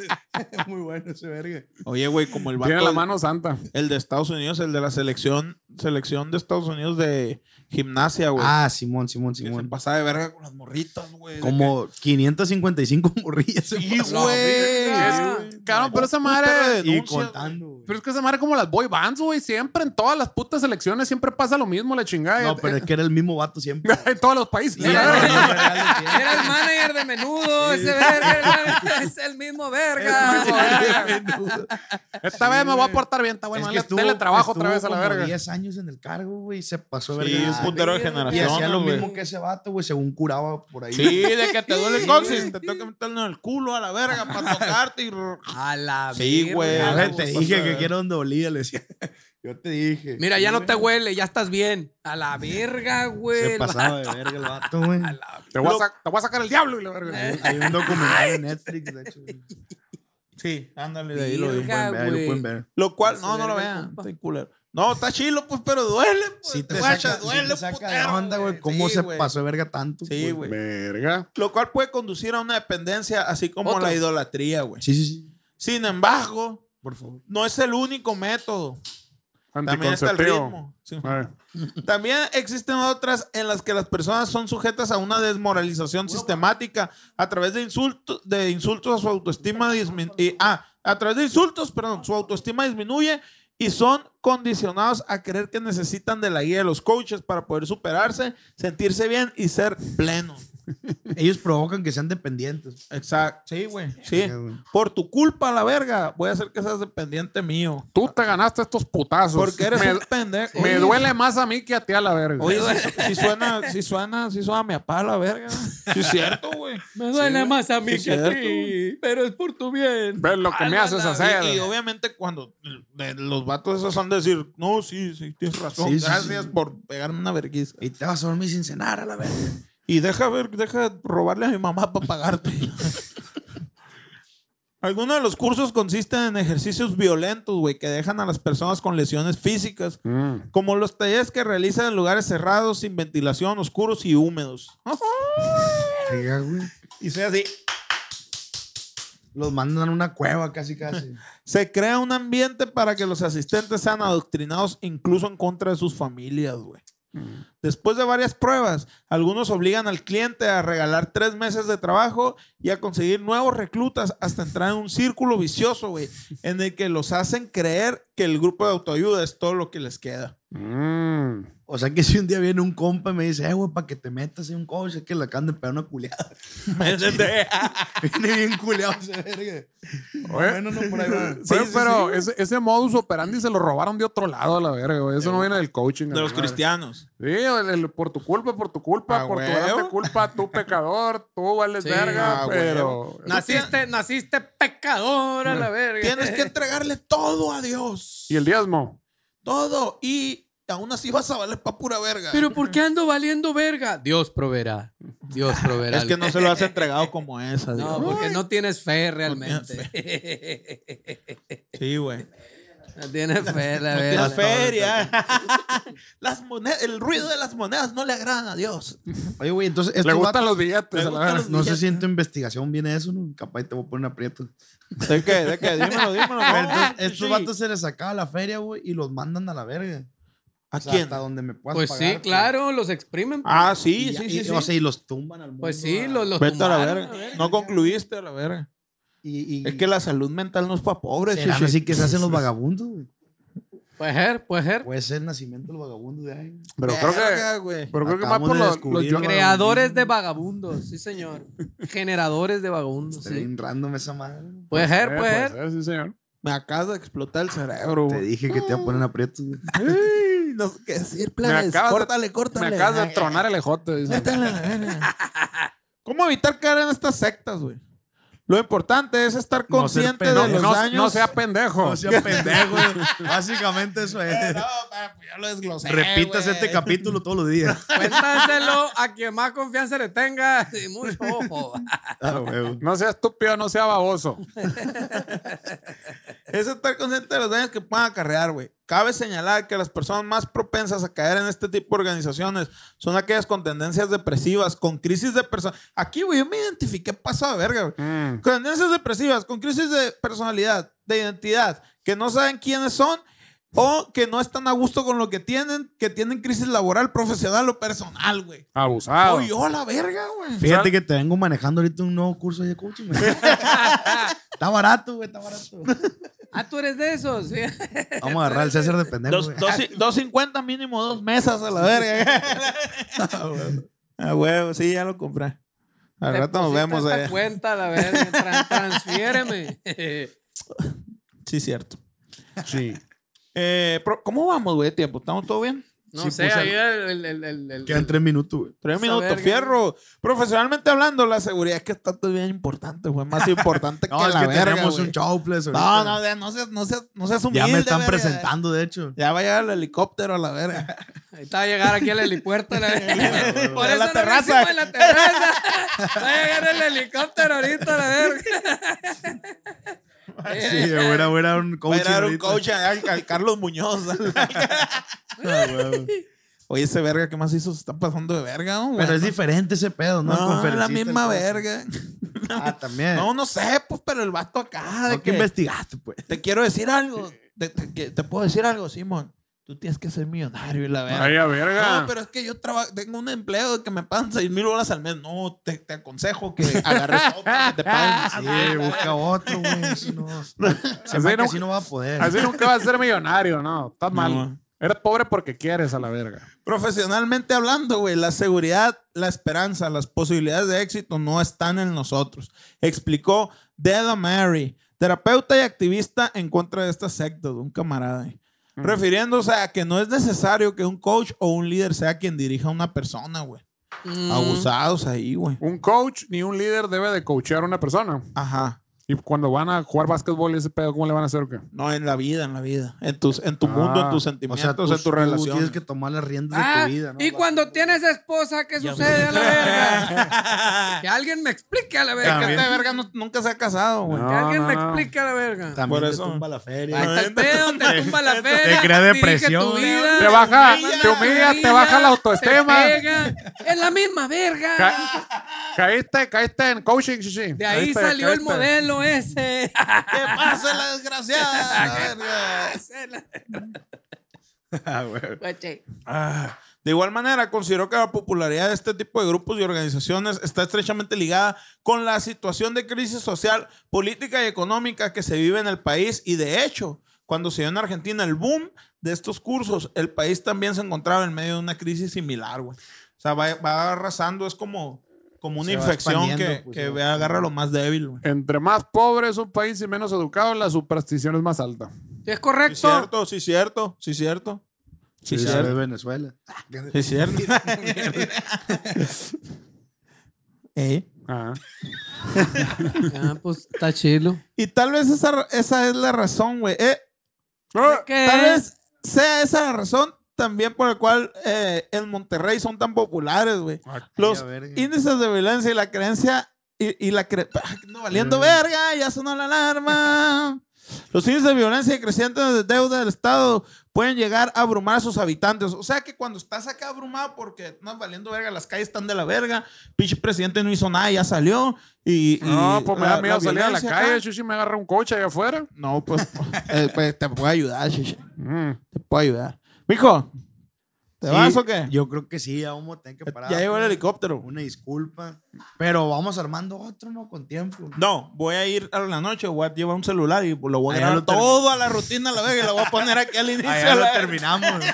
S3: muy bueno ese verga.
S2: Oye, güey, como el
S1: Tiene la
S2: vato,
S1: mano santa.
S2: el de Estados Unidos, el de la selección, selección de Estados Unidos de gimnasia, güey.
S3: Ah, Simón, Simón,
S2: Que se
S3: Simón.
S2: pasaba de verga con las morritas, güey. de
S3: Como 555 morrillas. se
S2: que- Sí,
S3: pasó.
S2: güey.
S4: verga.
S2: Sí, güey.
S1: Cabrón, pero esa
S2: Puta
S1: madre-
S3: Y
S2: redenuncia,
S3: contando, güey.
S1: Pero es que esa madre como las boy bands, güey. Siempre en todas las putas elecciones siempre pasa lo mismo, la chingada.
S3: No, pero es que era el mismo vato siempre.
S1: En todos los países.
S3: Sí,
S1: la verga.
S4: Era el manager de menudo, ese verga, era- es el mismo
S2: Ah,
S4: verga.
S1: Esta vez me voy a portar bien, está bueno.
S3: Es
S1: dale-
S3: estuvo-
S1: dale trabajo otra
S3: estuvo
S1: vez a la
S3: como
S1: verga.
S3: 10 años en el cargo, güey, y se pasó
S2: Sí,
S3: verga.
S2: es
S3: Ah,
S2: puntero de
S3: Y
S2: generación.
S3: hacía lo
S2: güey.
S3: mismo que ese vato, güey, según curaba por ahí.
S2: Sí, de que te duele el
S4: Sí,
S2: coxis,
S4: güey.
S2: te tengo que meterlo en el culo a la verga para tocarte y...
S4: A la
S2: Sí,
S4: verga.
S2: güey.
S3: A ver,
S2: Ah,
S3: te
S2: pues,
S3: dije
S2: pasa
S3: que
S2: de-
S3: quiero donde olía, le decía. Yo te dije.
S4: Mira, ya
S3: Sí,
S4: no
S3: güey.
S4: te huele, ya estás bien. A la verga, güey.
S3: Se pasaba de verga el vato, güey.
S4: A la-
S1: Te voy, a sac- te voy a sacar el diablo y la verga.
S3: Hay un documental en Netflix, de hecho. güey.
S2: Sí, ándale de ahí lo
S4: Virga.
S2: digo.
S4: Ah,
S3: Pueden ver, ahí
S4: güey.
S3: lo pueden ver.
S2: Lo cual,
S4: Ese
S2: no, no lo
S4: verga,
S2: vean.
S4: compa.
S2: Estoy culero. No, está chilo, pues, pero duele. Pues.
S3: Sí te
S2: Guacha,
S3: saca, sí te
S2: duele,
S3: saca de
S2: putero,
S3: onda, güey. ¿Cómo
S2: Sí,
S3: se
S2: güey.
S3: pasó pues, de verga tanto?
S2: Sí, güey.
S1: Verga.
S2: Lo cual puede conducir a una dependencia, así como
S4: Otro.
S2: la idolatría, güey.
S3: Sí, sí, sí.
S2: Sin embargo,
S3: Por favor.
S2: no es el único método. También está el
S1: Anticonceptivo.
S2: ritmo. Sí.
S1: A ver.
S2: También existen otras en las que las personas son sujetas a una desmoralización sistemática a través de insultos, de insultos a su autoestima dismi- y- ah, a través de insultos, perdón, su autoestima disminuye y son condicionados a creer que necesitan de la guía de los coaches para poder superarse, sentirse bien y ser pleno.
S3: Ellos provocan que sean dependientes.
S2: Exacto. Sí, güey. Sí.
S3: Ya, güey.
S2: Por tu culpa, la verga, voy a hacer que seas dependiente mío.
S1: Tú te ganaste estos putazos.
S2: Porque eres
S1: me,
S2: un pendejo.
S1: me
S2: Oye,
S1: duele más a mí que a ti a la verga.
S2: Oye, si, si suena, si suena, si suena mi apá la verga. Sí es cierto, güey.
S4: Me duele
S2: Sí,
S4: más a mí
S2: Sí,
S4: que a
S2: cierto.
S4: ti, pero es por tu bien.
S1: Ves lo que me
S4: Alma
S1: haces
S4: la-
S1: hacer.
S2: Y, y obviamente cuando de- los vatos esos son decir, no, sí, sí, tienes razón.
S3: Sí, sí,
S2: gracias
S3: sí.
S2: por pegarme una verguiza.
S3: Y te vas a dormir sin cenar a la verga.
S2: Y deja ver, deja robarle a mi mamá para pagarte. Algunos de los cursos consisten en ejercicios violentos, güey, que dejan a las personas con lesiones físicas,
S1: Mm.
S2: como los talleres que realizan en lugares cerrados, sin ventilación, oscuros y húmedos.
S3: Verga, güey.
S2: Y sea así.
S3: Los mandan a una cueva casi, casi.
S2: Se crea un ambiente para que los asistentes sean adoctrinados incluso en contra de sus familias, güey.
S1: Mm.
S2: Después de varias pruebas, algunos obligan al cliente a regalar tres meses de trabajo y a conseguir nuevos reclutas hasta entrar en un círculo vicioso, güey, en el que los hacen creer que el grupo de autoayuda es todo lo que les queda.
S1: Mm.
S3: O sea que si un día viene un compa y me dice, eh, güey, para que te metas en un coach, es que le acaban de pegar una culeada. viene bien culeado ese verga. Bueno, no, por ahí va.
S1: Sí,
S3: Bueno,
S1: pero ese, ese modus operandi se lo robaron de otro lado a la verga, güey. Eso no viene del coaching. a
S2: De
S1: la
S2: los
S1: madre.
S2: cristianos.
S1: Sí, el- el por tu culpa, por tu culpa,
S2: A
S1: por tu
S2: huevo.
S1: grande culpa, tú pecador, tú vales
S4: Sí,
S1: verga,
S2: a
S1: pero...
S4: Naciste, naciste pecador a la verga.
S2: Tienes que entregarle todo a Dios.
S1: ¿Y el diezmo?
S2: Todo. Y aún así vas a valer pa' pura verga.
S4: Pero ¿por qué ando valiendo verga? Dios proveerá. Dios proveerá.
S2: es que no se lo has entregado como esa.
S4: No,
S2: Dios.
S4: porque no tienes fe
S2: tienes
S4: realmente. No
S2: Sí, güey.
S4: tienes fe, la
S2: La
S4: verga.
S2: feria. las monedas, el ruido de las monedas no le agrada a Dios.
S3: Oye, güey, entonces.
S1: Le
S3: estos
S1: gustan
S3: vatos-
S1: los billetes.
S2: Este Le
S1: a la
S2: gustan
S1: verga.
S2: los-
S3: No sé si en tu investigación viene eso, ¿no? Capaz te voy a poner un aprieto.
S2: ¿De qué? ¿De qué? Dímelo, dímelo.
S3: Pero entonces, estos vatos se les sacaba la feria, güey, y los mandan a la verga.
S2: ¿A
S3: O sea,
S2: quién?
S3: Hasta donde me puedas
S4: Pues
S3: pagar,
S4: sí,
S3: pues.
S4: claro, los exprimen.
S2: Ah,
S3: Y,
S2: sí,
S3: ya-
S2: sí,
S3: y-
S2: sí. sí.
S3: O sea, y los tumban al mundo.
S4: Pues sí,
S3: a-
S4: los, los
S2: Vete a la
S4: tumbaron,
S2: verga. No concluiste a la verga.
S3: Y, y-
S2: Es que la salud mental no es para pobres.
S3: serán
S2: sí, sí.
S3: así que se hacen los vagabundos, güey.
S4: Puede ser, puede ser.
S3: Puede ser el nacimiento del vagabundo de ahí.
S1: Pero creo que...
S2: Verga, güey.
S1: Pero creo que más
S3: Acabamos
S1: por
S3: de
S1: los, los
S3: descubrir
S1: yo-
S3: un
S4: Creadores de vagabundos, sí señor. Generadores de vagabundos,
S3: Está
S4: sí.
S3: bien random esa madre.
S4: Puede
S1: Eh,
S4: ser, puede
S1: puede
S4: ser.
S2: pues,
S1: ser, sí, señor.
S2: Me acaba de explotar el cerebro.
S3: Te
S2: güey.
S3: dije que te iba a poner aprietos, güey.
S2: Ay, no sé qué decir, plebes.
S1: acabas de-
S2: córtale, córtale.
S1: Me acabas de tronar el ejote. dice.
S2: Métele la verga. ¿Cómo evitar caer en estas sectas, güey? Lo importante es estar
S3: No ser
S2: consciente
S3: pendejo.
S1: No,
S2: de los
S1: no,
S2: daños.
S1: no sea pendejo.
S3: pendejo. Básicamente eso es.
S2: ya lo desglosé.
S3: Repitas este capítulo todos los días.
S4: Cuéntaselo a quien más confianza le tenga. Y mucho ojo.
S3: Ah, güey.
S1: No sea estúpido, no sea baboso.
S2: Es estar consciente de los daños que puedan acarrear, güey. Cabe señalar que las personas más propensas a caer en este tipo de organizaciones son aquellas con tendencias depresivas, con crisis de personalidad. Aquí, güey, yo me identifiqué paso a verga, güey.
S1: Mm.
S2: Con tendencias depresivas, con crisis de personalidad, de identidad, que no saben quiénes son o que no están a gusto con lo que tienen, que tienen crisis laboral, profesional o personal, güey.
S1: Abusado.
S2: Oye, yo la verga, güey.
S3: Fíjate que te vengo manejando ahorita un nuevo curso de coaching. güey. está barato, güey, está barato.
S4: Ah, tú eres de esos. sí.
S3: Vamos a agarrar al César de pendejo,
S2: Dos,
S3: güey.
S2: dos, dos cincuenta mínimo dos mesas a la verga. ah, huevo, sí, ya lo compré. Al rato nos
S4: Deposita
S2: vemos eh.
S4: esta
S2: allá.
S4: cuenta, la verga. Tran- transfiéreme.
S2: Sí, cierto. Sí. Eh, ¿Cómo vamos, güey? de Tiempo, ¿estamos todo bien?
S4: No
S2: Sí,
S4: sé,
S2: puse-
S4: ahí el, el, el, el- el-
S3: Quedan tres minutos, güey.
S2: Tres
S4: Esa
S2: minutos,
S4: verga.
S2: fierro. Profesionalmente hablando, la seguridad es que está todavía importante, güey. Más importante
S3: No,
S2: que
S3: es
S2: la
S3: que
S2: verga.
S3: tenemos
S2: güey.
S3: un show, please,
S2: no,
S3: ahorita.
S2: no, de- no seas, no seas, no seas humilde.
S3: Ya me están
S2: verga.
S3: presentando, de hecho.
S2: Ya va a llegar el helicóptero a la verga.
S4: Ahí está a llegar aquí al helipuerto. La... Por
S2: A
S4: eso
S2: la
S4: no lo
S2: terraza.
S4: hicimos en la terraza. Va a llegar el helicóptero ahorita, la verga.
S3: Sí, güey, era, era un
S2: Va a
S3: coaching.
S2: llegar un
S3: ahorita.
S2: coach allá al, al Carlos Muñoz.
S3: Ah, güey.
S2: Oye, ese verga, ¿qué más hizo? Se está pasando de verga, ¿no?
S3: Pero
S2: Bueno.
S3: es diferente ese pedo, ¿no? El
S2: No, la
S3: conferencista,
S2: misma
S3: el coaching.
S2: verga.
S3: Ah, también.
S2: No, no sé, pues, pero el vato acá. De
S3: No,
S2: que,
S3: que investigaste, pues.
S2: te quiero decir algo. Te, te- que- te puedo decir algo, Simón. Tú tienes que ser millonario y la verga.
S1: Ay, a verga.
S2: No, pero es que yo traba- tengo un empleo que me pagan 6 mil dólares al mes. No, te, te aconsejo que agarres otro que te paguen.
S3: Sí, busca otro, güey. Si no, se
S1: Así
S3: me
S1: no-
S3: que así no va a poder.
S1: Así nunca vas a ser millonario, no. Estás mal.
S2: No.
S1: Eres pobre porque quieres a la verga.
S2: Profesionalmente hablando, güey, la seguridad, la esperanza, las posibilidades de éxito no están en nosotros. Explicó Della Mary, terapeuta y activista en contra de esta secta, de un camarada. eh. Refiriéndose a que no es necesario que un coach o un líder sea quien dirija a una persona, güey. Abusados ahí, güey.
S1: Un coach ni un líder debe de coachear a una persona.
S2: Ajá.
S1: Y cuando van a jugar básquetbol y ese pedo, ¿cómo le van a hacer o qué?
S2: No, en la vida, en la vida. En, tus, en tu mundo, en tus
S3: Ah, o sea,
S2: sentimientos,
S3: tú,
S2: en tu
S3: tú
S2: relación.
S3: tienes que tomar las riendas de
S4: Ah,
S3: tu vida, ¿no?
S4: y cuando tienes esposa, ¿qué sucede a la verga? Que alguien me explique a la verga.
S2: Que este verga no- nunca se ha casado, güey.
S1: No,
S4: Que alguien me
S1: no, no.
S4: explique a la verga.
S3: También
S2: Por
S3: te
S2: eso.
S3: tumba la
S4: Ahí
S3: feria.
S4: Ah, está el pedo, te tumba la feria.
S3: crea
S4: dirige
S3: depresión.
S4: tu vida,
S1: Te baja,
S2: humilla,
S1: te humilla, te baja la autoestima.
S4: te pega. Es la misma verga.
S1: Ca- caíste, caíste en coaching, sí, sí.
S4: Ah. de ahí
S1: Caíste,
S4: salió el
S1: caíste.
S4: modelo ese. Ah,
S2: ¿Qué pasa, la desgraciada? La verga.
S3: Ah, güey.
S4: Guache.
S2: Ah, De igual manera, consideró que la popularidad de este tipo de grupos y organizaciones está estrechamente ligada con la situación de crisis social, política y económica que se vive en el país y de hecho, cuando se dio en Argentina el boom de estos cursos, el país también se encontraba en medio de una crisis similar, güey. O sea, va, va arrasando, es como, como una
S3: Se va
S2: infección
S3: expandiendo,
S2: que,
S3: pues,
S2: que
S3: se va
S2: ve- agarra a lo más débil, güey.
S1: Entre más pobre es un país y menos educado, la superstición es más alta.
S4: Es
S2: Sí,
S4: correcto.
S2: cierto, sí, cierto, sí, cierto. Sí,
S3: Sí,
S2: cierto.
S3: de Venezuela.
S2: Sí, cierto. Eh.
S1: Ajá.
S4: Ah, pues está chilo.
S2: Y tal vez esa, esa es la razón, güey. Eh, ah,
S4: ¿Qué
S2: tal
S4: es?
S2: vez sea esa la razón también por la cual eh, en Monterrey son tan populares, güey. Los
S3: la
S1: Mm.
S3: verga.
S2: índices de violencia y la creencia y, y la cre Ah, no valiendo
S1: Mm.
S2: verga, ya sonó la alarma. Los índices de violencia y crecientes de deuda del Estado pueden llegar a abrumar a sus habitantes. O sea que cuando estás acá abrumado porque no valiendo verga, las calles están de la verga, pinche presidente no hizo nada, ya salió. Y, y
S1: No, pues me
S2: la-
S1: da miedo
S2: la
S1: salir a la
S2: violencia
S1: calle.
S2: acá-
S1: Chuchi me agarra un coche allá afuera.
S2: No, pues, eh, pues, te puedo ayudar, Shishi.
S1: Mm.
S2: Te puedo ayudar. Mijo, ¿te
S3: Sí,
S2: vas o qué?
S3: Yo creo que sí, ya vamos a tener que parar.
S2: ya llegó el helicóptero.
S3: Una disculpa. Pero vamos armando otro, ¿no? Con tiempo.
S2: No, voy a ir a la noche, voy a llevar un celular y lo voy a
S3: Allá
S2: grabar
S3: lo termi-
S2: todo a la rutina a la vez y lo voy a poner aquí al inicio.
S3: Allá
S2: a
S3: lo
S2: la-
S3: terminamos.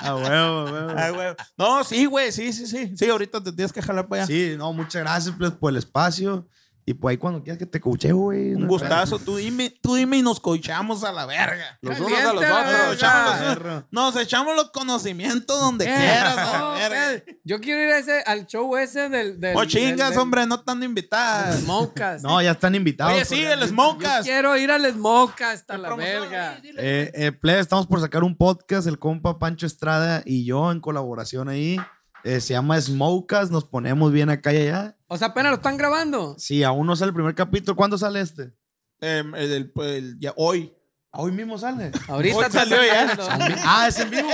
S3: a huevo, a huevo.
S2: Ay, güey. No, sí, güey, sí, sí, sí. Sí, ahorita te tienes que jalar para allá.
S3: Ah, Sí, no, muchas gracias pues, por el espacio. Y pues ahí cuando quieras que te coche, güey.
S2: un
S3: no hay
S2: gustazo, tú dime, tú dime y nos cochamos a la verga.
S1: Los
S4: Caliente
S1: unos a los
S4: la
S1: otros.
S4: verga.
S2: Echamos los-
S3: perro.
S2: Nos echamos los conocimientos donde
S4: Eh,
S2: quieras. a la
S4: no,
S2: verga.
S4: Fred, Yo quiero ir a ese, al show ese del. del
S2: Oh, chingas,
S4: del- del-
S2: hombre, no están invitadas.
S4: del Smokecast.
S3: No, ya están invitados. pues,
S2: Oye, sí,
S3: porque-
S2: el
S4: Yo
S2: Smokecast.
S4: quiero ir al Smokecast hasta la
S2: Promociona,
S4: verga.
S2: dile, dile.
S3: Eh, eh, plebes, estamos por sacar un podcast, el compa Pancho Estrada y yo en colaboración ahí. Eh, se llama Smokas, nos ponemos bien acá y allá.
S4: O sea, apenas lo están grabando.
S3: Sí, aún no sale el primer capítulo. ¿Cuándo sale este?
S2: Eh, el- el- el- ya, hoy.
S3: Ah, Hoy mismo sale.
S4: Ahorita
S2: Hoy
S4: te
S2: salió ya.
S4: están dando.
S3: Ah, es en vivo.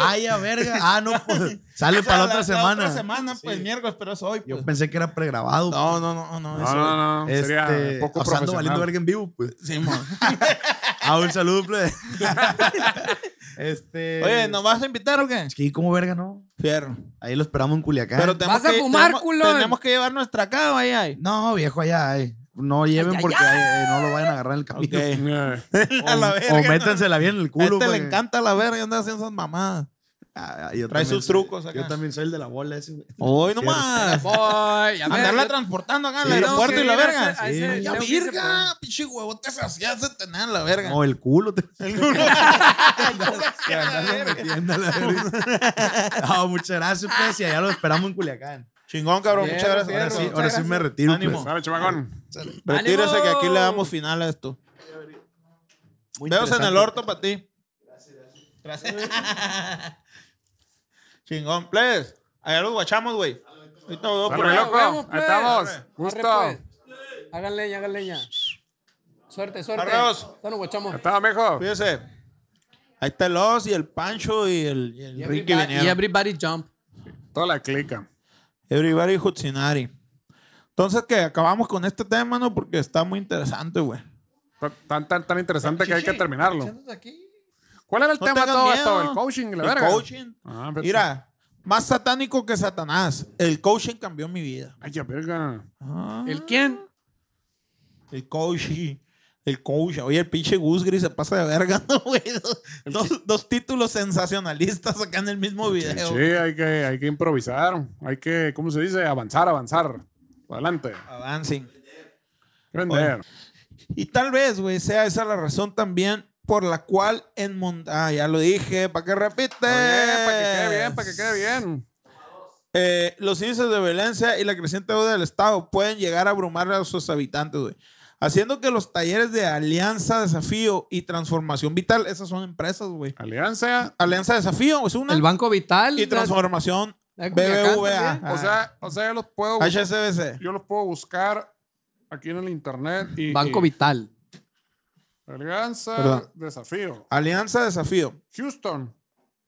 S3: Ay, a verga. Ah, no, pues, sale
S2: O sea,
S3: para la otra semana.
S2: otra semana, pues
S3: Sí.
S2: miércoles, pero es hoy. pues.
S3: Yo pensé que era pregrabado.
S2: No, no, no, no.
S1: No,
S2: eso-
S1: no, no.
S3: pues.
S1: Sería
S3: Este,
S1: poco
S3: o sea, ando
S1: profesional.
S3: valiendo verga en vivo, pues.
S2: Sí, mo.
S3: Ah, un saludo, plebe. este.
S2: Oye, ¿nos vas a invitar o qué?
S3: Sí, como verga, ¿no?
S2: Eh, Fierro.
S3: Ahí lo esperamos en Culiacán.
S2: Pero tenemos
S4: Vas a
S2: que-
S4: fumar,
S2: tenemos-
S4: culón.
S2: Tenemos que llevar nuestra cava ahí, ahí.
S3: No, viejo, allá ay. No lleven
S4: ay,
S3: porque ay, eh, no lo vayan a agarrar en el camino.
S2: Ok.
S1: Eh,
S3: O,
S2: A la verga,
S3: o métansela bien en el
S2: A
S3: culo.
S2: este
S3: porque-
S2: le encanta la verga, anda haciendo esas mamadas.
S3: Ah, ah, yo
S2: Trae
S3: también
S2: sus
S3: soy-
S2: trucos acá.
S3: Yo también soy el de la bola ese. güey.
S2: Hoy nomás.
S4: Voy, a ver,
S2: Andarla
S4: yo-
S2: transportando acá al
S4: yo tengo
S2: aeropuerto
S4: que
S2: y la
S4: ir a
S2: verga.
S4: ese- a
S3: Sí.
S4: ese-
S2: Ya,
S4: tengo que ir a ese
S2: virga, pinche huevo, te hacías de tener la verga.
S3: No, el culo. Te...
S2: El culo.
S3: que andas metiendo a la verga. No, muchas gracias, pues. Y allá lo esperamos en Culiacán.
S2: Chingón, cabrón,
S4: Bien,
S2: muchas gracias.
S4: fierro.
S3: Ahora sí,
S4: Muchas
S3: ahora sí
S4: gracias.
S3: me retiro.
S2: Ánimo.
S3: pues.
S1: Sabe, chamacón.
S2: Retírese que aquí le
S4: ¡Ánimo!
S2: damos final a esto.
S3: Muy
S2: Dedos en el
S3: interesante.
S2: orto para ti. Gracias. Chingón, please. Allá los guachamos, güey. Ahorita voy por
S1: Dale,
S2: allá.
S1: loco.
S4: Vamos,
S1: Ahí
S4: pues.
S1: estamos.
S4: Arre,
S1: Gusto.
S4: pues. Hagan leña, hagan leña. Suerte, suerte.
S2: Arreos.
S4: Ya nos guachamos.
S1: Ahí Estaba mejor.
S2: Cuídense. Ahí está el Oz y el Pancho y el, y el Ricky
S4: Y everybody-
S2: vinieron.
S4: y everybody jump.
S1: Toda la clica.
S2: Everybody Hutsinari. Entonces, que acabamos con este tema, ¿no? Porque está muy interesante, güey.
S1: Tan, tan, tan interesante que hay que terminarlo.
S4: Aquí.
S1: ¿Cuál era el
S2: No
S1: tema
S2: tengan
S1: de todo
S2: miedo.
S1: esto? El coaching, la
S2: El
S1: verga.
S2: coaching.
S1: Ah, pero-
S2: Mira, más satánico que Satanás. El coaching cambió mi vida.
S1: Ay, ya, verga.
S2: Ah.
S4: ¿El quién?
S2: El coach. y- El coach. Oye, el pinche Gus Gris se pasa de verga, ¿no, güey? Dos, dos títulos sensacionalistas acá en el mismo video.
S1: Sí, hay que, hay que improvisar. Hay que, ¿cómo se dice? Avanzar, avanzar. Adelante.
S2: Avancen.
S1: ¿Qué vender?
S2: Y tal vez, güey, sea esa la razón también por la cual en Mon... Ah, ya lo dije, ¿para qué repite?
S1: Bien, para que quede bien, para que quede bien.
S2: Eh, los índices de violencia y la creciente deuda del Estado pueden llegar a abrumar a sus habitantes, güey. Haciendo que los talleres de Alianza Desafío y Transformación Vital, esas son empresas, güey.
S1: Alianza.
S2: Alianza Desafío es una.
S4: El Banco Vital.
S2: y Transformación
S4: La- la Culiacán
S2: BBVA.
S4: también.
S2: Ah,
S1: O sea, o sea, yo los puedo,
S2: HSBC.
S1: yo los puedo buscar aquí en el internet. Y,
S4: Banco
S1: y-
S4: Vital.
S1: Alianza,
S2: Perdón.
S1: desafío.
S2: Alianza Desafío.
S1: Houston.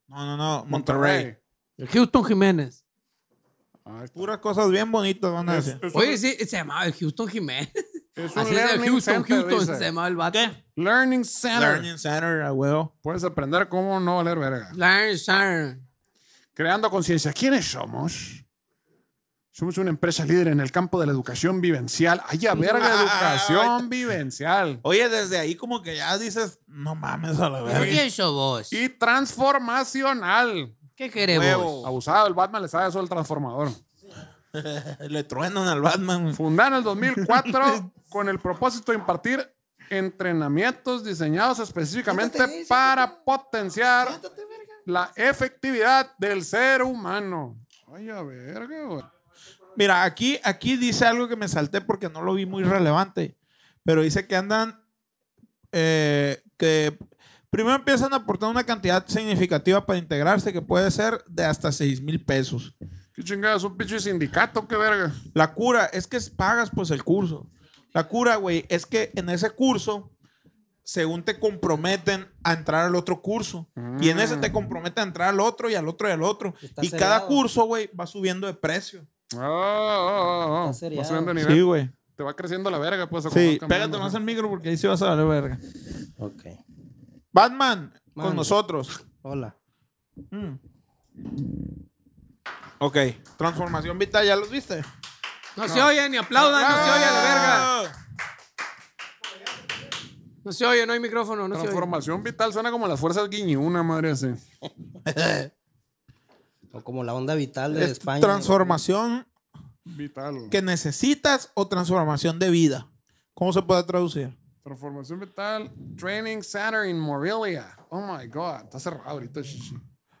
S2: No, no, no. Monterrey.
S4: El Houston Jiménez.
S1: Ahí está.
S2: Puras cosas bien bonitas van a
S1: Ah, Es,
S2: decir.
S1: es un-
S4: Oye, sí, se llamaba el Houston Jiménez.
S1: es un
S4: Así es, el
S1: learning
S4: Houston,
S1: center,
S4: Houston
S1: dice.
S4: se llamaba el vato.
S1: Learning Center.
S2: Learning Center, a huevo.
S1: Puedes aprender cómo no valer verga.
S4: Larry Sharon.
S1: Creando conciencia. ¿Quiénes somos? Somos una empresa líder en el campo de la educación vivencial. ¡Ay, ya verga,
S2: Ah,
S1: educación vivencial!
S2: Oye, desde ahí como que ya dices, no mames a la
S6: Yo
S2: verga.
S6: pienso vos.
S1: Y transformacional.
S6: ¿Qué querés
S2: Huevo.
S6: vos?
S1: Abusado, el Batman le sabe eso del transformador.
S2: Le truenan al Batman.
S1: Fundada en el 2004 con el propósito de impartir entrenamientos diseñados específicamente
S2: Siéntate,
S1: para potenciar la efectividad del ser humano. Ay, a verga, güey.
S2: Mira, aquí, aquí dice algo que me salté porque no lo vi muy relevante. Pero dice que andan. eh, que primero empiezan a aportar una cantidad significativa para integrarse, que puede ser de hasta 6 mil pesos.
S1: ¿Qué chingados? ¿Un pinche sindicato? ¿Qué verga?
S2: La cura es que pagas pues el curso. La cura, güey, es que en ese curso, según te comprometen a entrar al otro curso. Y en ese te comprometen a entrar al otro y al otro y al otro.
S6: Mm. Está
S2: y cada
S6: sellado.
S2: curso, güey, va subiendo de precio.
S1: Ah, ah, ah, ah.
S6: Está seriado.
S1: Vas subiendo de nivel.
S2: Sí, güey.
S1: Te va creciendo la verga, pues. o como
S2: Sí,
S1: va cambiando.
S2: pégate más al micro porque ahí sí vas a valer verga.
S6: Ok.
S2: Batman, con
S6: Mande.
S2: nosotros.
S6: Hola.
S2: Mm. Ok, transformación vital, ¿ya los viste?
S4: No, se oye, ni aplaudan, no se oye la verga. No se oye, no hay micrófono, no se oye.
S1: Transformación vital suena como las fuerzas guiñuna, madre así.
S6: O como la onda vital de
S2: Es
S6: España.
S2: transformación
S1: Vital.
S2: que necesitas o transformación de vida. ¿Cómo se puede traducir?
S1: Transformación vital. Training Center in Morelia. Oh my God. Está cerrado ahorita. chichi.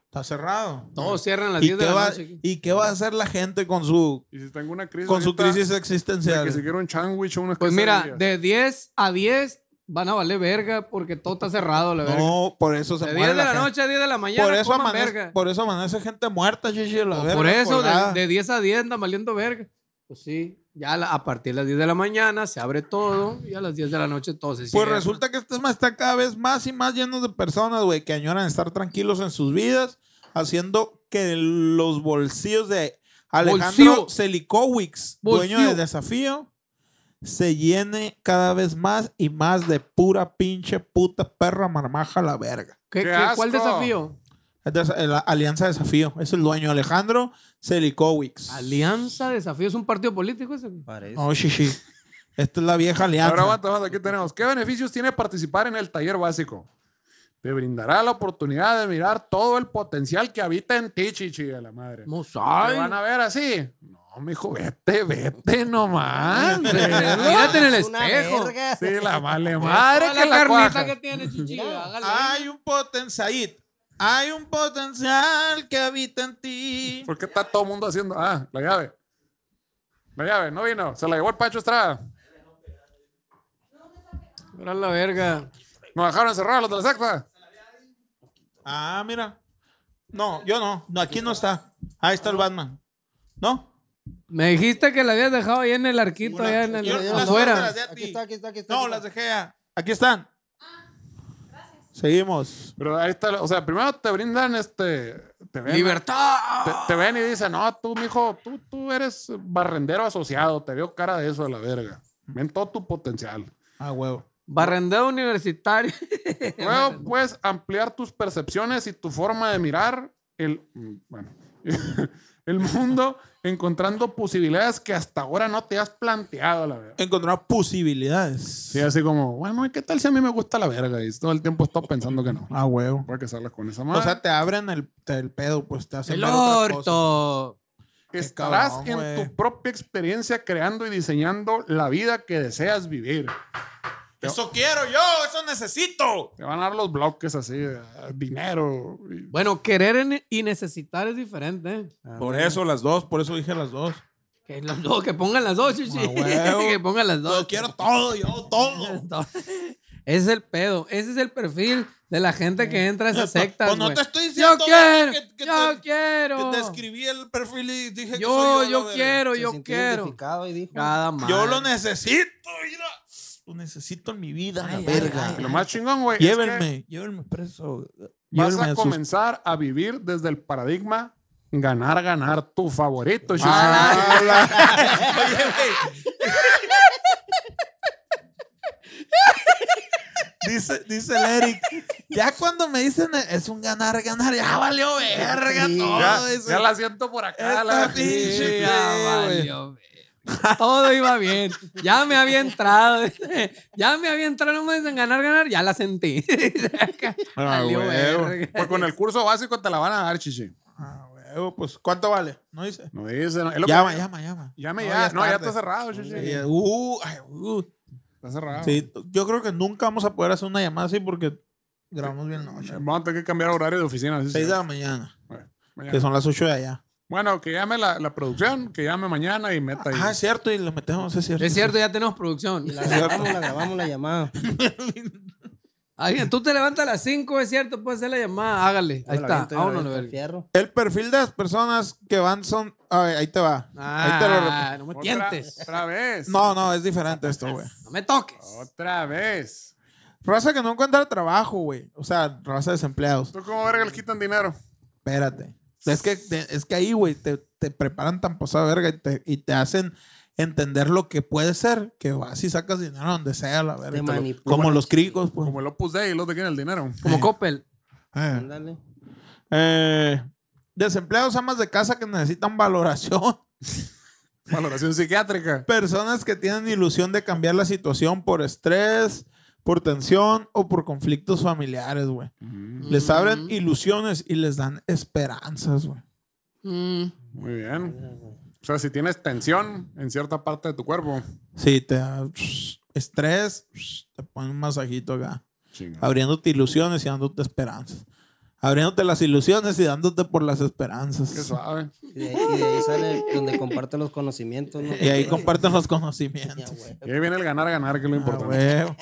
S2: Está cerrado.
S4: No, cierran las
S2: ¿Y
S4: 10 de
S2: qué,
S4: la
S2: va,
S4: noche. aquí.
S2: y qué va a hacer la gente con su,
S1: Y si tengo una crisis.
S2: con su
S1: ahorita,
S2: crisis
S1: de Que si
S2: existencial?
S1: quiero un sandwich o unas
S4: Pues mira,
S1: quesadillas.
S4: de 10 a 10 van a valer verga porque todo está cerrado, la verga.
S2: No, por eso se
S4: de 10
S2: muere
S4: de la,
S2: la gente.
S4: noche a 10 de la mañana
S2: Por eso,
S4: coman
S2: amanece,
S4: verga.
S2: por eso amanece gente muerta, chichi, la
S4: O
S2: verga,
S4: por eso,
S2: colgada.
S4: de, de 10 a 10 andan valiendo verga. Pues sí, ya la- a partir de las 10 de la mañana se abre todo y a las 10 de la noche todo se
S2: Pues
S4: cierra.
S2: resulta que este tema está cada vez más y más lleno de personas, güey, que añoran estar tranquilos en sus vidas, haciendo que los bolsillos de Alejandro
S4: Bolsillo.
S2: Selikowicz, dueño
S4: Bolsillo.
S2: de Desafío, se llene cada vez más y más de pura pinche puta perra marmaja a la verga.
S4: ¿Qué,
S1: ¡Qué
S4: qué- cuál
S1: asco!
S4: desafío?
S2: Es de- la Alianza Desafío, es el dueño Alejandro Selikowicz.
S4: Alianza Desafío es un partido político ese. güey?
S6: Parece.
S2: No, shishi. Oh, Esta es la vieja alianza.
S1: Ahora aguanta, aguanta, aquí tenemos. ¿Qué beneficios tiene participar en el taller básico? Te brindará la oportunidad de mirar todo el potencial que habita en ti, chichi, a la madre. ¿Te van
S4: Mosai.
S1: a ver así? No, mijo, vete, vete nomás.
S4: Mírate en el
S6: Es una
S4: espejo.
S6: verga.
S1: Sí, la vale madre
S4: Toda
S1: que la
S4: carnita
S1: cuaja.
S4: que tiene, chichi. hágale.
S2: Hay un potencial. Hay un potencial que habita en ti.
S1: ¿Por qué está todo el mundo haciendo? Ah, la llave. La llave, no vino. Se la llevó el Pancho Estrada.
S4: Ahora la verga.
S1: Nos dejaron encerrados los de la secta.
S2: Ah, mira. No, yo no. No, aquí no está. Ahí está el Batman. ¿No?
S4: Me dijiste que la habías dejado ahí en el arquito, allá en el,
S2: Yo las
S4: afuera.
S2: otras las dejé a ti.
S6: Aquí está, aquí está, aquí está.
S2: No, las dejé. a- Aquí están. Seguimos.
S1: Pero ahí está, o sea, primero te brindan este. Te ven,
S4: ¡Libertad!
S1: Te, te ven y dicen, no, tú, mijo, tú, tú eres barrendero asociado. Te veo cara de eso a la verga. Ven todo tu potencial.
S2: Ah, huevo.
S4: Barrendeo universitario.
S1: Luego puedes ampliar tus percepciones y tu forma de mirar el, mm, bueno, el mundo, encontrando posibilidades que hasta ahora no te has planteado, la verga.
S2: Encontrar posibilidades.
S1: Sí, así como, bueno, ¿y ¿qué tal si a mí me gusta la verga? Y todo el tiempo he estado pensando que no.
S2: Ah, huevo.
S1: Voy a casarla con esa
S2: O
S1: madre.
S2: sea, te abren el, el pedo, pues te hacen
S4: el
S2: ver otras cosas.
S4: orto.
S1: Estarás
S2: cabrón,
S1: en
S2: güey.
S1: tu propia experiencia creando y diseñando la vida que deseas vivir.
S2: Eso quiero yo, eso necesito.
S1: Te van a dar los bloques así, eh, dinero. y-
S4: Bueno, querer en- y necesitar es diferente. ¿eh?
S2: Por eso las dos, por eso dije las dos.
S4: Que los dos, que pongan las dos, chichi.
S2: Ah, huevo.
S4: que pongan las dos.
S2: Lo quiero todo, yo todo.
S4: Ese es el pedo. Ese es el perfil de la gente que entra a esa secta.
S2: Pues no te estoy
S4: Yo
S2: diciendo
S4: quiero.
S2: que, que
S4: yo
S2: te,
S4: quiero.
S2: que te escribí el perfil y dije que
S4: yo,
S2: soy
S4: yo,
S2: la verga.
S4: quiero,
S6: Se
S4: yo
S6: sintió
S4: quiero.
S6: identificado y dijo,
S4: Cada madre.
S2: Yo lo necesito, mira. Lo necesito en mi vida, la verga.
S1: y lo más chingón, güey. es que-
S2: llévenme, llévenme preso.
S1: Vas
S2: Llévenme
S1: a
S2: sus-
S1: comenzar a vivir desde el paradigma ganar, ganar tu favorito. Shishi.
S2: Ah, la- Oye, güey. Dice, dice el Eric, Ya cuando me dicen eh, es un ganar, ganar, ya valió verga
S6: Sí,
S2: todo.
S1: Ya,
S2: eso.
S1: ya la siento por acá.
S2: Esta
S1: La
S2: pinche-
S4: Sí, ya
S2: güey.
S4: Ah, valió, güey. Todo iba bien. Ya me había entrado. Ya me había entrado. No me dicen ganar, ganar. Ya la sentí.
S1: Ah,
S4: Valió
S1: huevo.
S4: verga.
S1: Pues con el curso básico te la van a dar, chichi.
S2: Ah, huevo, pues, ¿cuánto vale? No dice.
S1: No dice. no, es lo que-
S2: Llama, llama, llama.
S1: Llame
S2: No,
S1: ya.
S2: es
S1: no, ya
S2: tarde.
S1: está cerrado, chichi.
S2: Sí, uh, ay, uh.
S1: Está cerrado.
S2: Sí, yo creo que nunca vamos a poder hacer una llamada así porque grabamos bien noche.
S1: Vamos a tener que cambiar horario de oficina. así
S2: 6 de
S1: sea.
S2: la mañana,
S1: Bueno, mañana.
S2: que son las 8 de allá.
S1: Bueno, que llame la, la producción, que llame mañana y meta ahí.
S2: Ah, es cierto, y le metemos, es cierto.
S4: Es cierto, ya tenemos producción.
S6: La grabamos, la grabamos la llamada.
S4: Alguien, tú te levantas a las 5, es cierto, puedes hacer la llamada. Hágale. Ahí
S6: Yo la
S4: está.
S6: aviento, yo la
S4: Vámonos, la
S6: aviento,
S4: verga.
S6: fierro.
S2: El perfil de las personas que van son. A ver, ahí te va. ahí te lo rep-
S4: Ah, no me
S1: Otra,
S4: tientes.
S1: otra vez.
S2: No, no, es diferente esto, güey.
S4: No me toques.
S1: Otra vez.
S2: Raza que no encuentra trabajo, güey. O sea, raza de desempleados.
S1: ¿Tú cómo verga le quitan dinero?
S2: Espérate. Es que, te- es que ahí, güey, te, te preparan tan posada verga y te, y te hacen entender lo que puede ser, que vas y sacas dinero donde sea, la verga.
S6: Te
S2: Te lo-
S6: manipulan.
S2: como los cricos, pues.
S1: Como el Opus Dei, los de quién el dinero.
S4: Como Coppel.
S2: Eh.
S6: Ándale.
S2: Eh, desempleados, amas de casa que necesitan valoración.
S1: Valoración psiquiátrica.
S2: Personas que tienen ilusión de cambiar la situación por estrés, por tensión o por conflictos familiares, güey. Les abren
S4: Mm.
S2: ilusiones y les dan esperanzas, güey.
S4: Mm.
S1: Muy bien. O sea, si tienes tensión en cierta parte de tu cuerpo.
S2: Sí, te da estrés, te ponen un masajito acá.
S1: chinga.
S2: Abriéndote ilusiones y dándote esperanzas. Abriéndote las ilusiones y dándote por las
S1: Qué
S2: esperanzas.
S1: suave.
S6: Y de, y de ahí sale donde comparte los conocimientos. ¿no?
S2: Y ahí
S6: Ya,
S2: comparten los conocimientos.
S6: güey.
S1: Y ahí viene el ganar, ganar, que es lo
S2: Ah,
S1: importante.
S2: huevo.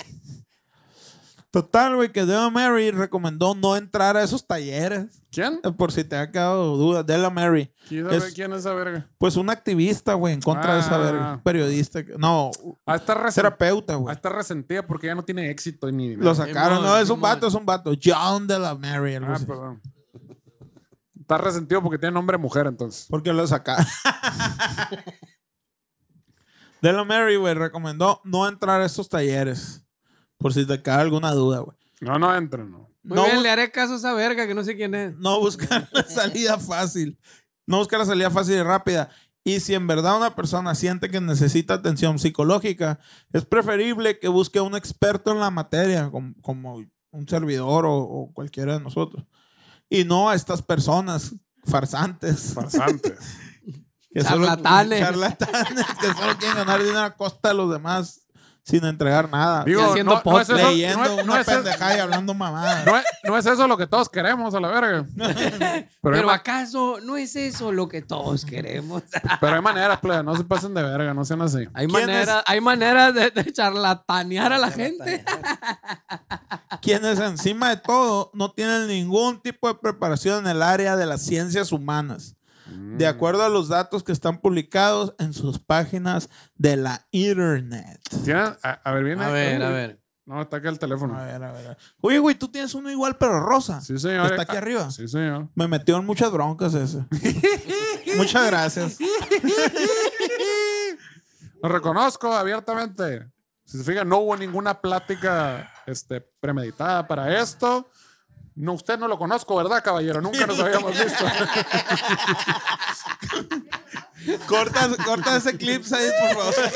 S2: Total, güey, que Della Mary recomendó no entrar a esos talleres.
S1: ¿Quién?
S2: Eh, Por si te ha quedado duda, Della Mary.
S1: ¿Quién sabe
S2: Es-
S1: quién es esa verga?
S2: Pues una activista, güey, en contra de esa
S1: Ah.
S2: verga. Periodista. que- No,
S1: Ah, está, resen-
S2: terapeuta,
S1: ah,
S2: güey.
S1: está resentida porque ya no tiene éxito ni dinero.
S2: Lo sacaron.
S4: Simón,
S2: No, es un
S4: Simón.
S2: vato, es un vato. John Della Mary. algo
S1: Ah,
S2: así.
S1: perdón. Está resentido porque tiene nombre de mujer, entonces.
S2: Porque lo sacaron. Della Mary, güey, recomendó no entrar a estos talleres. Por si te queda alguna duda, güey.
S1: No, no entra, no.
S4: Muy
S2: No,
S4: bien,
S2: bus-
S4: le haré caso a esa verga que no sé quién es.
S2: no buscar la salida fácil. No buscar la salida fácil y rápida. Y si en verdad una persona siente que necesita atención psicológica, es preferible que busque un experto en la materia, com- como, un servidor o, o cualquiera de nosotros. Y no a estas personas farsantes.
S1: Farsantes.
S2: Que solo-
S4: Charlatanes.
S2: charlatanes que solo quieren ganar dinero a costa de los demás sin entregar nada.
S1: Digo,
S4: Y haciendo
S1: no, no es
S4: podcast,
S1: eso,
S2: leyendo
S1: no es- no
S2: una
S1: es eso-
S2: pendejada y hablando mamada.
S1: no es- no es eso lo que todos queremos, a la verga. Pero,
S4: Pero,
S1: hay, ma-
S4: acaso no es eso lo que todos queremos.
S1: pero hay maneras, plebe, no se pasen de verga, no sean así.
S4: Hay
S2: ¿Quién
S4: maneras, hay maneras de, de charlatanear a la gente.
S2: quienes encima de todo no tienen ningún tipo de preparación en el área de las ciencias humanas,
S1: Mm.
S2: de acuerdo a los datos que están publicados en sus páginas de la internet.
S1: Tienen- a, a ver, viene.
S4: A ver, a ver.
S1: No, está acá el
S2: A
S1: teléfono.
S2: ver, a ver, a ver. Oye, güey, tú tienes uno igual, pero rosa.
S1: Sí, señor.
S2: Está aquí
S1: Ah,
S2: arriba.
S1: Sí, señor.
S2: Me metió en muchas broncas ese. Muchas gracias.
S1: Lo reconozco abiertamente. Si se fijan, no hubo ninguna plática este, premeditada para esto. No, usted no lo conozco, ¿verdad, caballero? Nunca nos habíamos visto.
S2: Corta, corta ese clip, Said, por favor.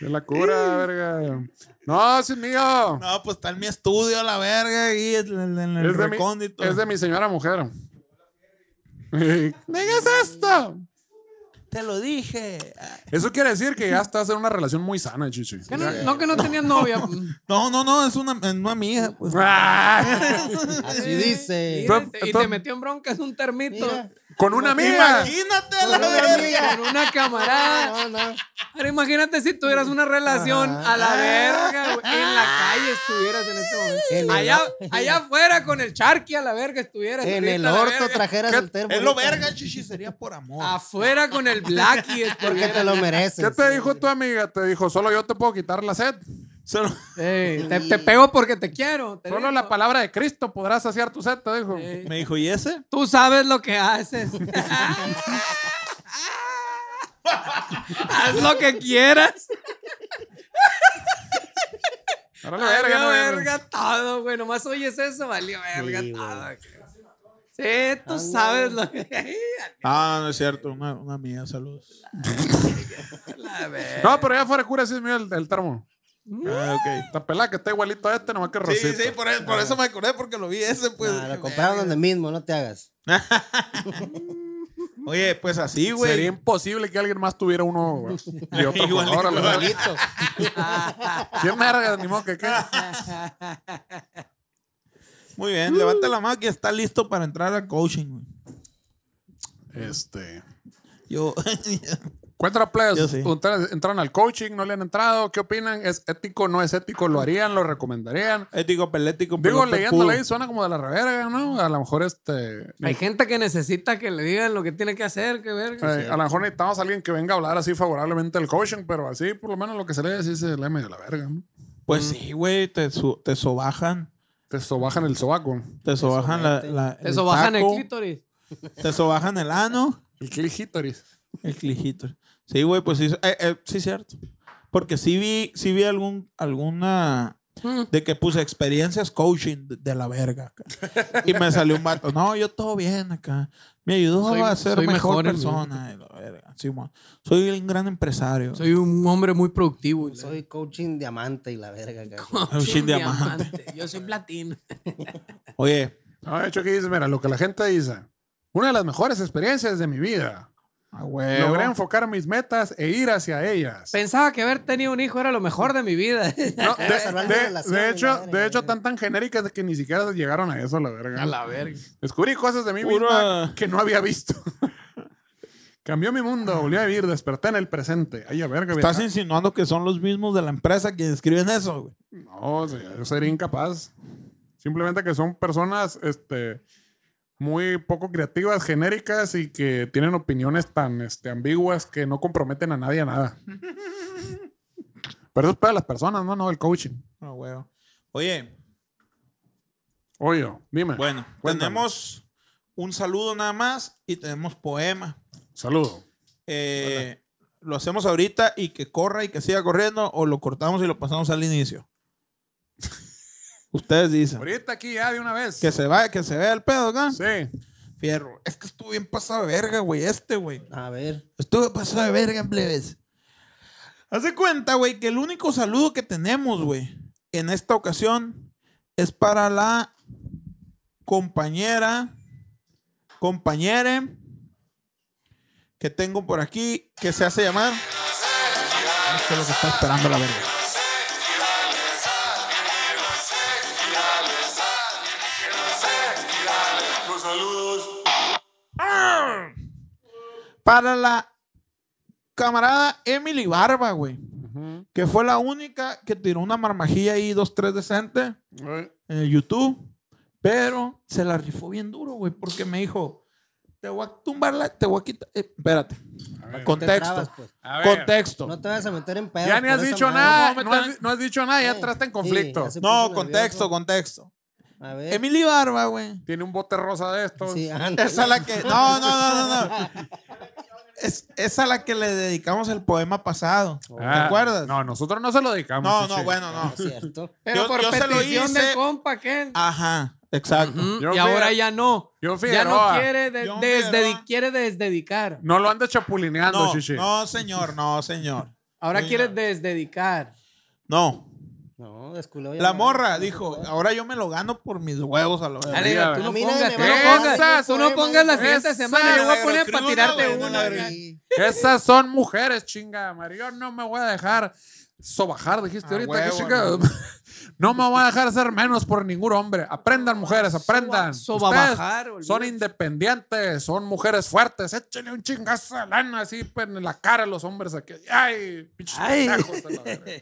S1: De la cura, verga. No, es mío.
S2: No, pues está en mi estudio, la verga, ahí en el, en el
S1: es, de mi,
S2: recóndito.
S1: es de mi señora mujer. Digas esto.
S2: Te lo dije.
S1: Eso quiere decir que ya estás en una relación muy sana, Chichi.
S4: Que no, no que no tenías novia.
S2: No, no, no, es una, una amiga. pues.
S1: Ah,
S6: Así dice.
S4: Mira, y te- y te
S1: Entonces-
S4: metió en bronca, es un termito.
S6: Mira.
S1: Con una amiga.
S2: Imagínate
S4: Con
S2: la
S4: una
S2: verga.
S4: amiga, con una camarada.
S6: No, no. Ah.
S4: Ahora imagínate si tuvieras una relación a la verga, güey. En la
S2: Ah.
S4: calle estuvieras en este momento.
S6: En el-
S4: Allá, allá afuera con el charqui a la verga estuvieras.
S6: En
S4: ahorita
S6: el
S4: a la
S6: orto
S4: verga.
S6: trajeras el termo.
S2: Es lo
S6: ahorita.
S2: verga, chichi, sería por
S4: Ah,
S2: amor.
S4: Afuera con el blackie
S6: Porque
S4: estuvieras.
S6: te lo mereces.
S1: ¿Qué te dijo tu amiga? Te dijo, solo yo te puedo quitar la sed.
S2: Solo-
S4: Ey, te, te pego porque te quiero. te
S1: Solo
S4: digo.
S1: la palabra de Cristo podrá saciar tu sed, te dijo.
S4: Ey,
S2: Me dijo, ¿y ese?
S4: Tú sabes lo que haces. Haz lo que quieras.
S1: Ahora la verga,
S4: Valió
S1: no,
S4: verga todo, güey. Nomás oyes eso, valió verga
S6: Sí, güey.
S4: todo. güey. Sí, tú
S6: Ándale.
S4: sabes lo que...
S2: Ah, no es cierto. Una, una mía, saludos.
S4: La verga.
S1: No, pero ya fuera de cura, sí es mío el, el termo.
S4: Mm.
S2: Ah, ok.
S1: Está pelada que está igualito a este, nomás que
S2: Sí,
S1: rosita.
S2: sí, por, eso- por eso me acordé, porque lo vi ese, pues.
S6: Ah,
S2: dije,
S6: lo compraron
S2: "Verga".
S6: donde mismo, no te hagas.
S2: Oye, pues así, güey.
S1: Sería imposible que alguien más tuviera uno, güey. Y otro con
S2: Igualito,
S1: ahora, la verga.
S2: igualito.
S1: ¿Quién me animó que qué?
S2: Muy bien, levanta la mano que está listo para entrar a coaching, güey.
S1: Este.
S2: Yo.
S1: Cuéntanos,
S2: Yo
S1: players.
S2: sí.
S1: Ustedes entraron al coaching, no le han entrado. ¿Qué opinan? ¿Es ético? ¿No es ético? ¿Lo harían? ¿Lo recomendarían?
S2: Ético, pelético,
S1: Digo,
S2: pelotón,
S1: leyéndole
S2: pudo.
S1: ahí suena como de la reverga, ¿no? A lo mejor este.
S4: Hay gente que necesita que le digan lo que tiene que hacer, que verga.
S1: eh, a lo mejor necesitamos a alguien que venga a hablar así favorablemente del coaching, pero así por lo menos lo que se lee sí se lee medio la verga. ¿no?
S2: Pues sí, güey, te, su- te sobajan.
S1: Te sobajan el sobaco.
S2: Te sobajan la, la-
S4: Eso bajan el
S2: taco,
S4: clítoris.
S2: Te sobajan el ano,
S1: El clítoris.
S2: el clijito. Sí, güey, pues sí, eh, eh, sí, cierto. Porque sí vi, sí vi algún, alguna de que puse experiencias coaching de, de la verga. acá. Y me salió un vato. No, yo todo bien acá. Me ayudó
S4: Soy-
S2: a ser
S4: soy
S2: mejor,
S4: mejor en-
S2: persona. y la verga. Sí, mo- soy un gran empresario.
S4: Soy un hombre muy productivo. y la-
S6: Soy coaching diamante y la verga. cabrón.
S4: Coaching
S2: Coaching diamante.
S4: Yo soy platino.
S2: Oye,
S1: No, de hecho aquí dice, mira, lo que la gente dice. Una de las mejores experiencias de mi vida.
S2: a huevo.
S1: Logré enfocar mis metas e ir hacia ellas.
S4: Pensaba que haber tenido un hijo era lo mejor de mi vida.
S1: No, de,
S6: salvar mi
S1: de-
S6: relación,
S1: de
S6: la
S1: hecho,
S6: verga,
S1: de hecho,
S6: ya.
S1: tan tan genéricas que ni siquiera llegaron a eso, la verga.
S4: verga.
S1: Descubrí cosas de mí
S2: Pura-
S1: misma que no había visto. Cambió mi mundo, volví a vivir, desperté en el presente. Ay, a verga,
S2: Estás
S1: viaja-
S2: insinuando que son los mismos de la empresa que escriben eso, güey.
S1: No, o sea, yo sería incapaz. Simplemente que son personas este, muy poco creativas, genéricas y que tienen opiniones tan este, ambiguas que no comprometen a nadie a nada. Pero eso es para las personas, no, no, el coaching.
S2: Ah, huevo. Oye,
S1: Oye, dime.
S2: bueno,
S1: Cuéntame.
S2: tenemos un saludo nada más y tenemos poema.
S1: Saludo.
S2: Eh, lo hacemos ahorita y que corra y que siga corriendo o lo cortamos y lo pasamos al inicio. Ustedes dicen.
S1: Ahorita aquí ya de una vez.
S2: Que se vaya, que se vea el pedo acá.
S1: Sí.
S2: Fierro. Es que estuvo bien pasado de verga, güey. Este, güey.
S6: A ver.
S2: Estuve pasado de verga, plebes. Hace cuenta, güey, que el único saludo que tenemos, güey, en esta ocasión es para la compañera, compañere, que tengo por aquí, que se hace llamar. Esto es lo que está esperando la verga. Para la camarada Emily Barba, güey. Que fue la única que tiró una marmajilla ahí, dos, tres decente en el YouTube. Pero se la rifó bien duro, güey, porque me dijo: Te voy a tumbar la. Te voy a quitar. eh, espérate.
S6: Te
S2: Contexto.
S6: trabas, pues.
S2: Contexto.
S6: No te vas a meter en pedo.
S1: Ya ni has dicho nada, no has, no has dicho nada, ya
S6: Sí,
S1: entraste en conflicto.
S6: así-
S2: No,
S6: puso
S2: contexto,
S6: nervioso.
S2: contexto.
S6: A ver.
S2: Emily Barba, güey.
S1: Tiene un bote rosa de estos.
S6: Sí, ándale.
S2: Es a la que. No, no, no, no, no. Es, es a la que le dedicamos el poema pasado. ¿Te
S1: Ah,
S2: acuerdas?
S1: No, nosotros no se lo dedicamos.
S2: No,
S1: chichi.
S2: no, bueno, no.
S6: Es cierto.
S4: Pero
S2: Yo-
S4: por
S2: yo se lo
S4: petición
S2: hice-
S4: del compa, ¿qué?
S2: Ajá, exacto.
S4: Mm,
S1: yo
S4: y
S1: fui
S4: ahora
S1: a-
S4: ya no.
S1: yo fui
S4: ya no
S1: Figueroa.
S4: quiere, de-
S2: Yo
S4: desdedi-
S2: Figueroa.
S4: quiere desdedicar.
S1: No lo andes chapulineando,
S2: No,
S1: chichi.
S2: no, señor, no, señor.
S4: Ahora
S2: Mira.
S4: quiere desdedicar.
S2: No.
S6: No, desculó. ya
S2: La
S6: no.
S2: morra dijo, ahora yo me lo gano por mis huevos a la verga.
S4: Dale,
S1: ya,
S4: tú no
S6: a mí nadie
S4: pongas, tú
S6: me
S4: no
S6: va a
S4: pongas,
S1: poner
S4: tú
S6: ningún
S4: no pongas la
S6: poema.
S4: siguiente
S1: Esa,
S4: semana. Yo voy a
S2: negro,
S4: poner para
S2: escribe
S4: tirarte
S2: una, güey,
S4: una.
S2: no,
S4: güey.
S6: Sí.
S1: Esas son mujeres, chinga, madre. Yo no me voy a dejar sobajar, dijiste
S2: Ah,
S1: ahorita.
S2: huevo,
S1: qué chica. No me voy a dejar ser menos por ningún hombre. Aprendan, mujeres, aprendan.
S4: soba-
S1: Ustedes
S4: sobabajar, olvídate.
S1: son independientes, son mujeres fuertes. Échenle un chingazo de lana así pues, en la cara a los hombres aquí. Ay, pinches
S4: Ay.
S1: pendejos, a la verga.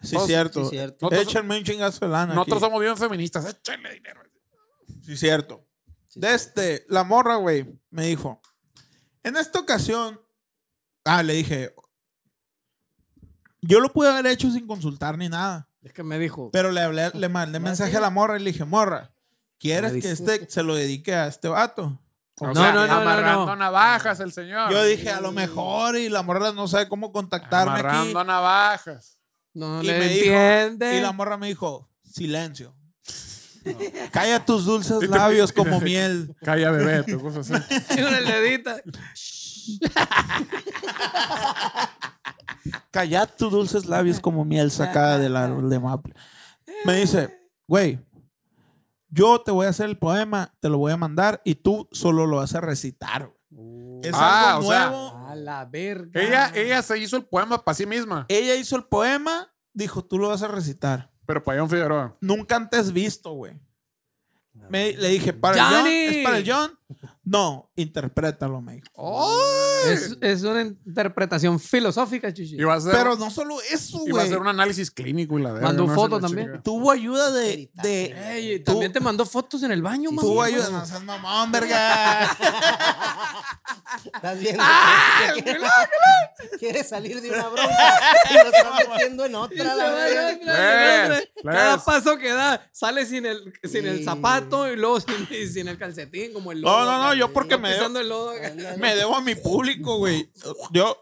S2: Sí,
S1: Todos-
S2: cierto.
S6: sí, cierto.
S1: Nosotros-
S2: Échenme un chingazo de lana.
S1: Nosotros
S2: Nosotros
S1: somos bien feministas. Échenle dinero.
S2: Sí, cierto.
S6: Sí,
S2: De este, la morra, güey, me dijo, en esta ocasión, ah, le dije, yo lo pude haber hecho sin consultar ni nada.
S4: Es que me dijo.
S2: Pero le hablé, le mandé mensaje a la morra y le dije, morra, ¿quieres que este se lo dedique a este vato?
S1: O
S4: No,
S1: sea,
S4: no, no, no,
S1: Amarrando
S4: no.
S1: navajas el señor.
S2: Yo dije, a lo mejor, y la morra no sabe cómo contactarme
S1: Amarrando
S2: aquí.
S1: navajas.
S4: No
S2: Y
S4: le
S2: me dijo-
S4: entiende.
S2: Y la morra me dijo, silencio. Calla tus dulces labios como miel.
S1: Calla, bebé, tu cosa así.
S4: Con el dedito.
S2: Calla tus dulces labios como miel sacada del árbol de maple. Me dice, güey, yo te voy a hacer el poema, te lo voy a mandar y tú solo lo vas a recitar. Es
S1: Ah,
S2: algo
S1: o sea,
S2: nuevo.
S4: A la verga.
S1: Ella, ella se hizo el poema para sí misma,
S2: Ella hizo el poema, dijo, tú lo vas a recitar.
S1: pero para John Figueroa.
S2: Nunca antes visto, güey. Me- le dije, ¿para el John?
S4: ¡Johnny!
S2: ¿Es para el John? No, interprétalo, me dijo.
S1: ¡Ay!
S4: Es, es una interpretación filosófica, chichi.
S1: Y va a ser,
S2: Pero no solo eso,
S1: y va a
S2: güey.
S1: hacer un análisis clínico y la de.
S4: Mandó foto también.
S2: Tuvo ayuda de. de-
S4: Ey,
S2: tú-
S4: también te mandó fotos en el baño, mamá.
S2: Tuvo ayuda. No seas mamón, verga.
S6: ¿Estás viendo?
S4: ¡Ah!
S6: Quiere salir de una bronca y lo está metiendo en
S4: Y se
S6: otra. la
S4: va a ir
S6: verga.
S4: atrás del
S1: Les,
S4: hombre. Cada
S1: les.
S4: paso que da sale sin el, sin el
S6: Sí.
S4: zapato y luego sin, y sin el calcetín, como el
S2: No,
S4: lodo.
S2: no, no,
S4: acá.
S2: yo porque me
S4: Pisando el lodo. acá.
S2: Me debo a mi público, güey. Yo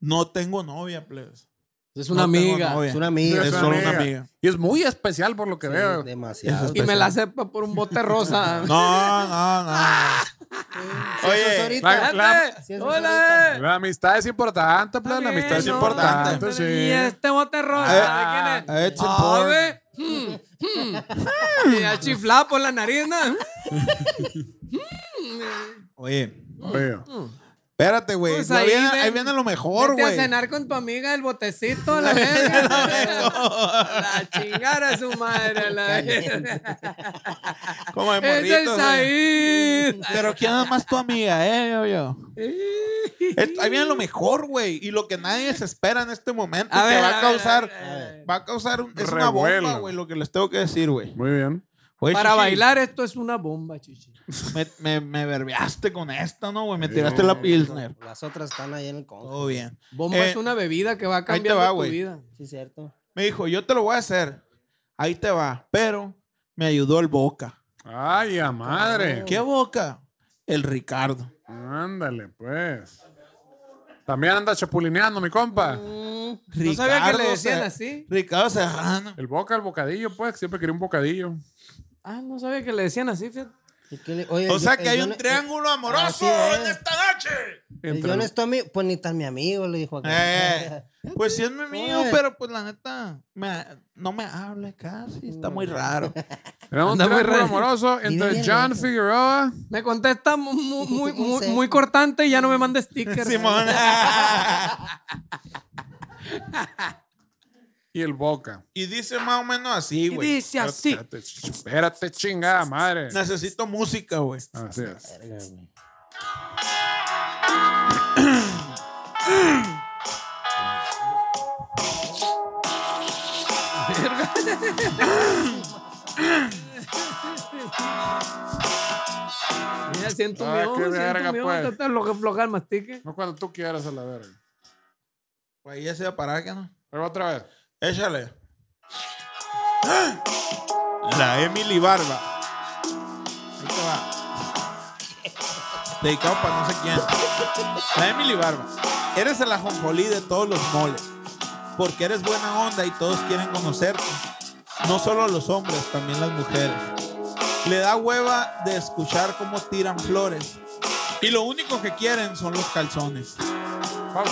S2: no tengo novia, plebes.
S4: Es una
S2: No tengo
S4: amiga.
S2: novia.
S6: Es una amiga.
S2: Es
S1: una
S2: solo una
S1: amiga.
S2: amiga.
S1: Y es muy especial por lo que
S6: Sí,
S1: veo.
S6: demasiado.
S4: Y me la sepa por un bote rosa.
S2: No, no, no.
S6: Oye,
S2: Oye,
S1: la- la-
S4: Espérate.
S6: Sí, es
S4: ¡Hola! eh.
S1: La amistad es importante, plan. La amistad es
S4: Bien,
S2: no,
S1: importante,
S4: no,
S1: sí.
S4: Y este bote rosa,
S2: Ah,
S4: ¿de quién es?
S2: it's
S4: A ver. mm, mm. Y a chiflar por la nariz, ¿no?
S2: Oye,
S1: Oye,
S2: espérate, güey.
S4: Pues
S2: No,
S4: ahí
S2: viene- ahí,
S4: ven-
S2: viene lo mejor,
S4: Vete a
S2: güey.
S4: cenar con tu amiga el botecito, la verga. la chingada a su madre, la verga.
S2: Como de
S4: Es el
S2: morritos, güey.
S4: Said.
S2: Pero ¿quién es más tu amiga, eh? Yo, yo. Esto- Ahí viene lo mejor, güey. Y lo que nadie se espera en este momento.
S4: A
S2: y que
S4: ver,
S2: va
S4: a
S2: a
S4: ver,
S2: causar.
S4: a ver.
S2: Va a causar. un- Es una bomba,
S1: Revuelo.
S2: güey, lo que les tengo que decir, güey.
S1: Muy bien.
S2: Oye,
S4: Para
S2: Chiqui,
S4: bailar esto es una bomba, chichi.
S2: Me, me, me verbeaste con esta, ¿no, güey? Me tiraste la Pilsner.
S6: Las otras están ahí en el conjunto.
S2: Todo bien.
S4: Bomba
S2: Eh,
S4: es una bebida que va a
S2: te
S4: cambiar
S2: va,
S4: tu
S2: güey.
S4: vida.
S6: Sí, cierto.
S2: Me dijo, yo te lo voy a hacer. Ahí te va. Pero me ayudó el Boca.
S1: Ay, a madre.
S2: ¿Qué Boca? El Ricardo.
S1: Ándale, pues. También anda chapulineando, mi compa.
S4: No sabía que le
S2: Ricardo
S4: decían
S2: Se-
S4: así.
S2: Ricardo Serrano.
S1: El boca, el bocadillo, pues. Siempre quería un bocadillo.
S4: Ah, no sabía que le decían así, fíjate.
S6: ¿Y qué le-
S4: Eh,
S6: oye,
S2: O
S6: el
S2: sea que
S6: John- el
S2: hay
S6: John-
S2: un triángulo amoroso
S6: Así es.
S2: en esta noche.
S6: El
S1: Entre
S6: John
S1: los-
S6: es tu amigo. Pues ni tan mi amigo, le dijo acá.
S2: Eh, pues sí es mi mío,
S6: Oye.
S2: pero pues la neta, me- no me habla casi, está muy raro.
S1: Era un
S4: Anda
S1: triángulo
S4: muy raro.
S1: amoroso entre
S6: Dile, dile,
S1: John
S6: dile.
S1: Figueroa.
S4: Me contesta mu- mu- muy,
S6: Un
S4: muy,
S6: seco.
S4: muy cortante y ya no me manda stickers.
S2: Simón.
S1: y el boca.
S2: y dice más o menos así,
S4: Y
S2: güey.
S4: dice así.
S1: Espérate, ch- espérate, chingada madre.
S2: Necesito música, güey.
S1: Así es.
S2: eh.
S4: Mira, siento
S1: Ah,
S4: mi ojo,
S1: qué
S4: siento
S1: verga,
S4: mi ojo.
S1: pues.
S4: Trata de lo que floja el mastique.
S1: No cuando tú quieras a la verga.
S2: Pues ahí ya se va a parar, ¿qué no?
S1: Pero otra vez.
S2: Échale. ¡Ah! La Emily Barba. Ahí te va. Dedicado para no sé quién. La Emily Barba. Eres el ajonjolí de todos los moles. Porque eres buena onda y todos quieren conocerte. No solo los hombres, también las mujeres. Le da hueva de escuchar cómo tiran flores. Y lo único que quieren son los calzones.
S1: Pausa.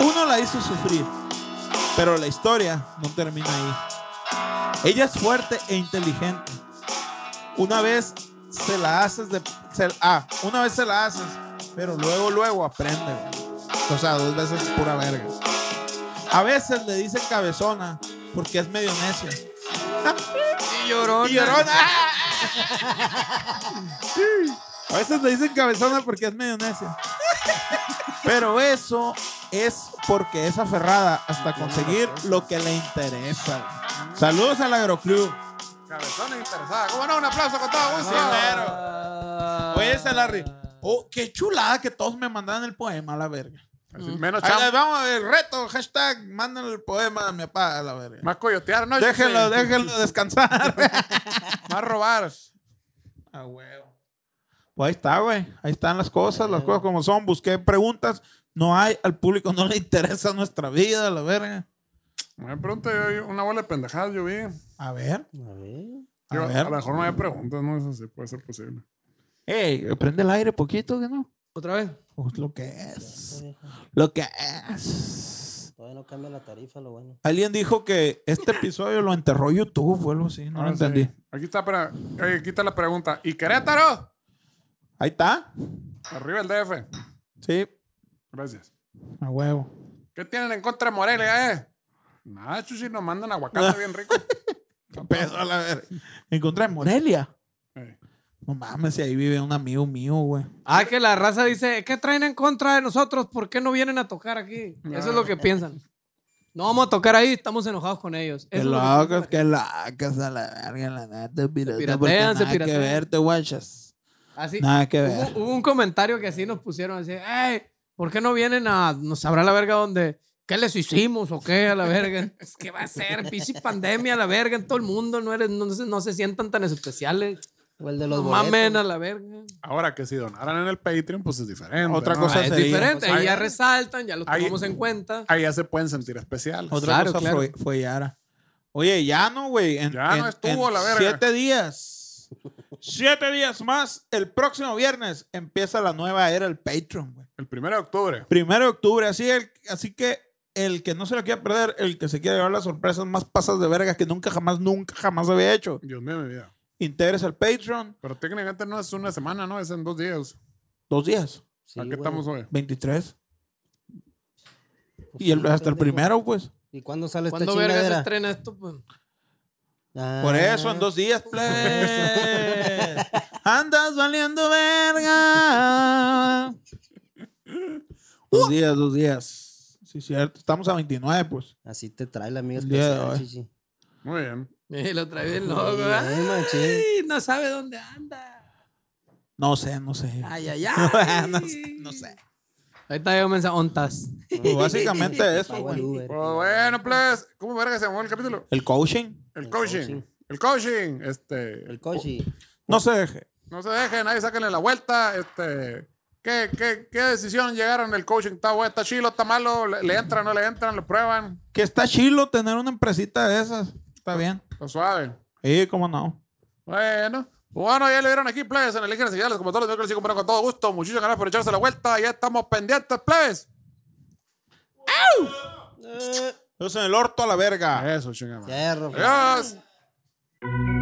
S2: Uno la hizo sufrir, pero la historia no termina ahí. Ella es fuerte e inteligente. Una vez se la haces de se- ah, una vez se la haces, pero luego luego aprende. güey. O sea, dos veces pura verga. A veces le dicen cabezona porque es medio necia.
S4: Y llorona.
S2: Y llorona. A veces le dicen cabezona porque es medio necia. Pero eso es porque es aferrada hasta conseguir lo que le interesa. güey. Saludos al Agroclub.
S1: Cabezona interesada. ¿Cómo no? Un aplauso con todo gusto.
S4: Ah.
S2: Oye, se la ri- Oh, qué chulada que todos me mandaron el poema a la verga.
S1: Así, Menos
S2: Mm. Ahí les
S1: chamba.
S2: vamos a ver, reto, hashtag, manden el poema a mi papá a la verga.
S1: Más coyotear, ¿no?
S2: Déjenlo, déjenlo descansar.
S1: Más robar.
S2: A huevo. Pues ahí está, güey. Ahí están las cosas, las cosas como son. Busqué preguntas. No hay, al público no le interesa nuestra vida, la verga.
S1: Me pregunté yo- una bola de pendejadas, yo vi.
S2: A ver,
S6: A ver.
S2: a
S1: Yo, a
S2: ver.
S1: lo mejor no hay preguntas, ¿no? Eso sí puede ser posible.
S2: Ey, prende el aire poquito, que no.
S4: ¿Otra vez?
S2: Pues lo que es. Lo que es.
S6: Todavía no cambia la tarifa, lo bueno.
S2: Alguien dijo que este episodio lo enterró YouTube o algo así. No
S1: Ahora
S2: lo
S1: sí.
S2: entendí.
S1: Aquí está, pero, oye, aquí está la pregunta. ¿Y Querétaro?
S2: Ahí está.
S1: Arriba el DF.
S2: Sí.
S1: Gracias.
S2: A huevo.
S1: ¿Qué tienen en contra de Morelia, eh? Nada, chuchi, nos mandan aguacate bien rico.
S2: Qué pedo, a la verga. Encontré en Morelia.
S1: Eh.
S2: No mames, si ahí vive un amigo mío, güey.
S4: Ah, que la raza dice, ¿qué traen en contra de nosotros? ¿Por qué no vienen a tocar aquí? Eso es lo que piensan. No vamos a tocar ahí, estamos enojados con ellos.
S2: Qué
S4: Eso es lo que
S2: locos,
S4: piensan.
S2: qué locos, a la verga, la neta, pirata,
S4: piratean,
S2: porque
S4: se
S2: nada que
S4: piratean.
S2: verte, guachas.
S4: Así,
S2: Nada que ver.
S4: hubo, hubo un comentario que así nos pusieron, así, "Ey, ¿por qué no vienen a, nos sabrá la verga dónde? ¿Qué les hicimos o qué a la verga? Es que va a ser, pinche pandemia a la verga en todo el mundo, no, eres, no, se, no se sientan tan especiales.
S6: O el de los
S4: No
S6: boletos.
S4: mamen a la verga.
S1: Ahora que si donaran en el Patreon, pues es diferente.
S2: Otra
S1: ¿no?
S2: cosa
S4: Ah, es
S2: sería,
S4: diferente,
S1: pues,
S4: ahí
S1: ahí-
S4: ya resaltan, ya los
S1: ahí-
S4: tomamos en cuenta.
S1: Ahí ya se pueden sentir especiales.
S2: Otra
S4: Claro,
S2: cosa
S4: claro.
S2: fue, fue Yara. Oye, ya no, güey. en-
S1: Ya no
S2: en-
S1: estuvo
S2: en
S1: la verga.
S2: Siete días. siete días más. El próximo viernes empieza la nueva era del Patreon, güey.
S1: El primero de octubre.
S2: Primero de octubre. Así, el- así que el que no se lo quiera perder, el que se quiera llevar las sorpresas más pasas de verga que nunca, jamás, nunca, jamás había hecho,
S1: Dios mío, mi vida.
S2: integres al Patreon.
S1: Pero técnicamente no es una semana, ¿no? Es en dos días.
S2: Dos días.
S6: Sí,
S1: Aquí
S6: güey.
S1: estamos hoy.
S2: 23.
S6: Pues
S2: Y el-
S6: sí,
S2: hasta el
S6: pendejo.
S2: primero, pues.
S6: ¿Y cuándo sale esta
S4: ¿Cuándo verga se
S6: chingadera?
S4: estrena esto? Pues?
S6: Ah,
S2: Por eso, en dos días, play. Andas valiendo verga. Dos días, dos días. Sí, cierto. Estamos a 29, pues.
S6: Así te trae la amiga
S2: El día de
S6: especial,
S2: hoy.
S6: chichi.
S1: Muy bien.
S4: Y lo trae bien loco.
S6: Ay, machín.
S4: Ay, no sabe dónde anda.
S2: No sé, no sé.
S4: Ay, ay, ay.
S2: no, sé, no sé.
S4: Ahí está yo mensaje, ontas.
S2: Pues básicamente eso,
S6: Pago
S2: güey.
S6: el Uber.
S1: Pues bueno, pues, ¿cómo verga se llamó el capítulo?
S2: El coaching.
S1: El
S6: El
S1: coaching.
S6: coaching.
S1: El coaching. Este.
S6: El coche.
S2: No se deje.
S1: No se dejen, ahí sáquenle la vuelta. Este, ¿qué, qué, qué decisión llegaron del coaching? ¿Está bueno? ¿Está chilo? ¿Está malo? ¿Le, le entran? ¿No le entran? ¿Lo prueban?
S2: Que está chilo tener una empresita de esas. Está bien.
S1: ¿Lo suave?
S2: Sí, cómo no.
S1: Bueno. Bueno, ya lo vieron aquí, plebes, en Eligen Señales, como todos los miércoles, sí, como no, con todo gusto. Muchísimas gracias por echarse la vuelta. Ya estamos pendientes, plebes. Eh.
S2: Yo en el orto a la verga.
S1: Eso, chingada. madre.
S6: Cerro.
S1: Adiós.
S6: Adiós.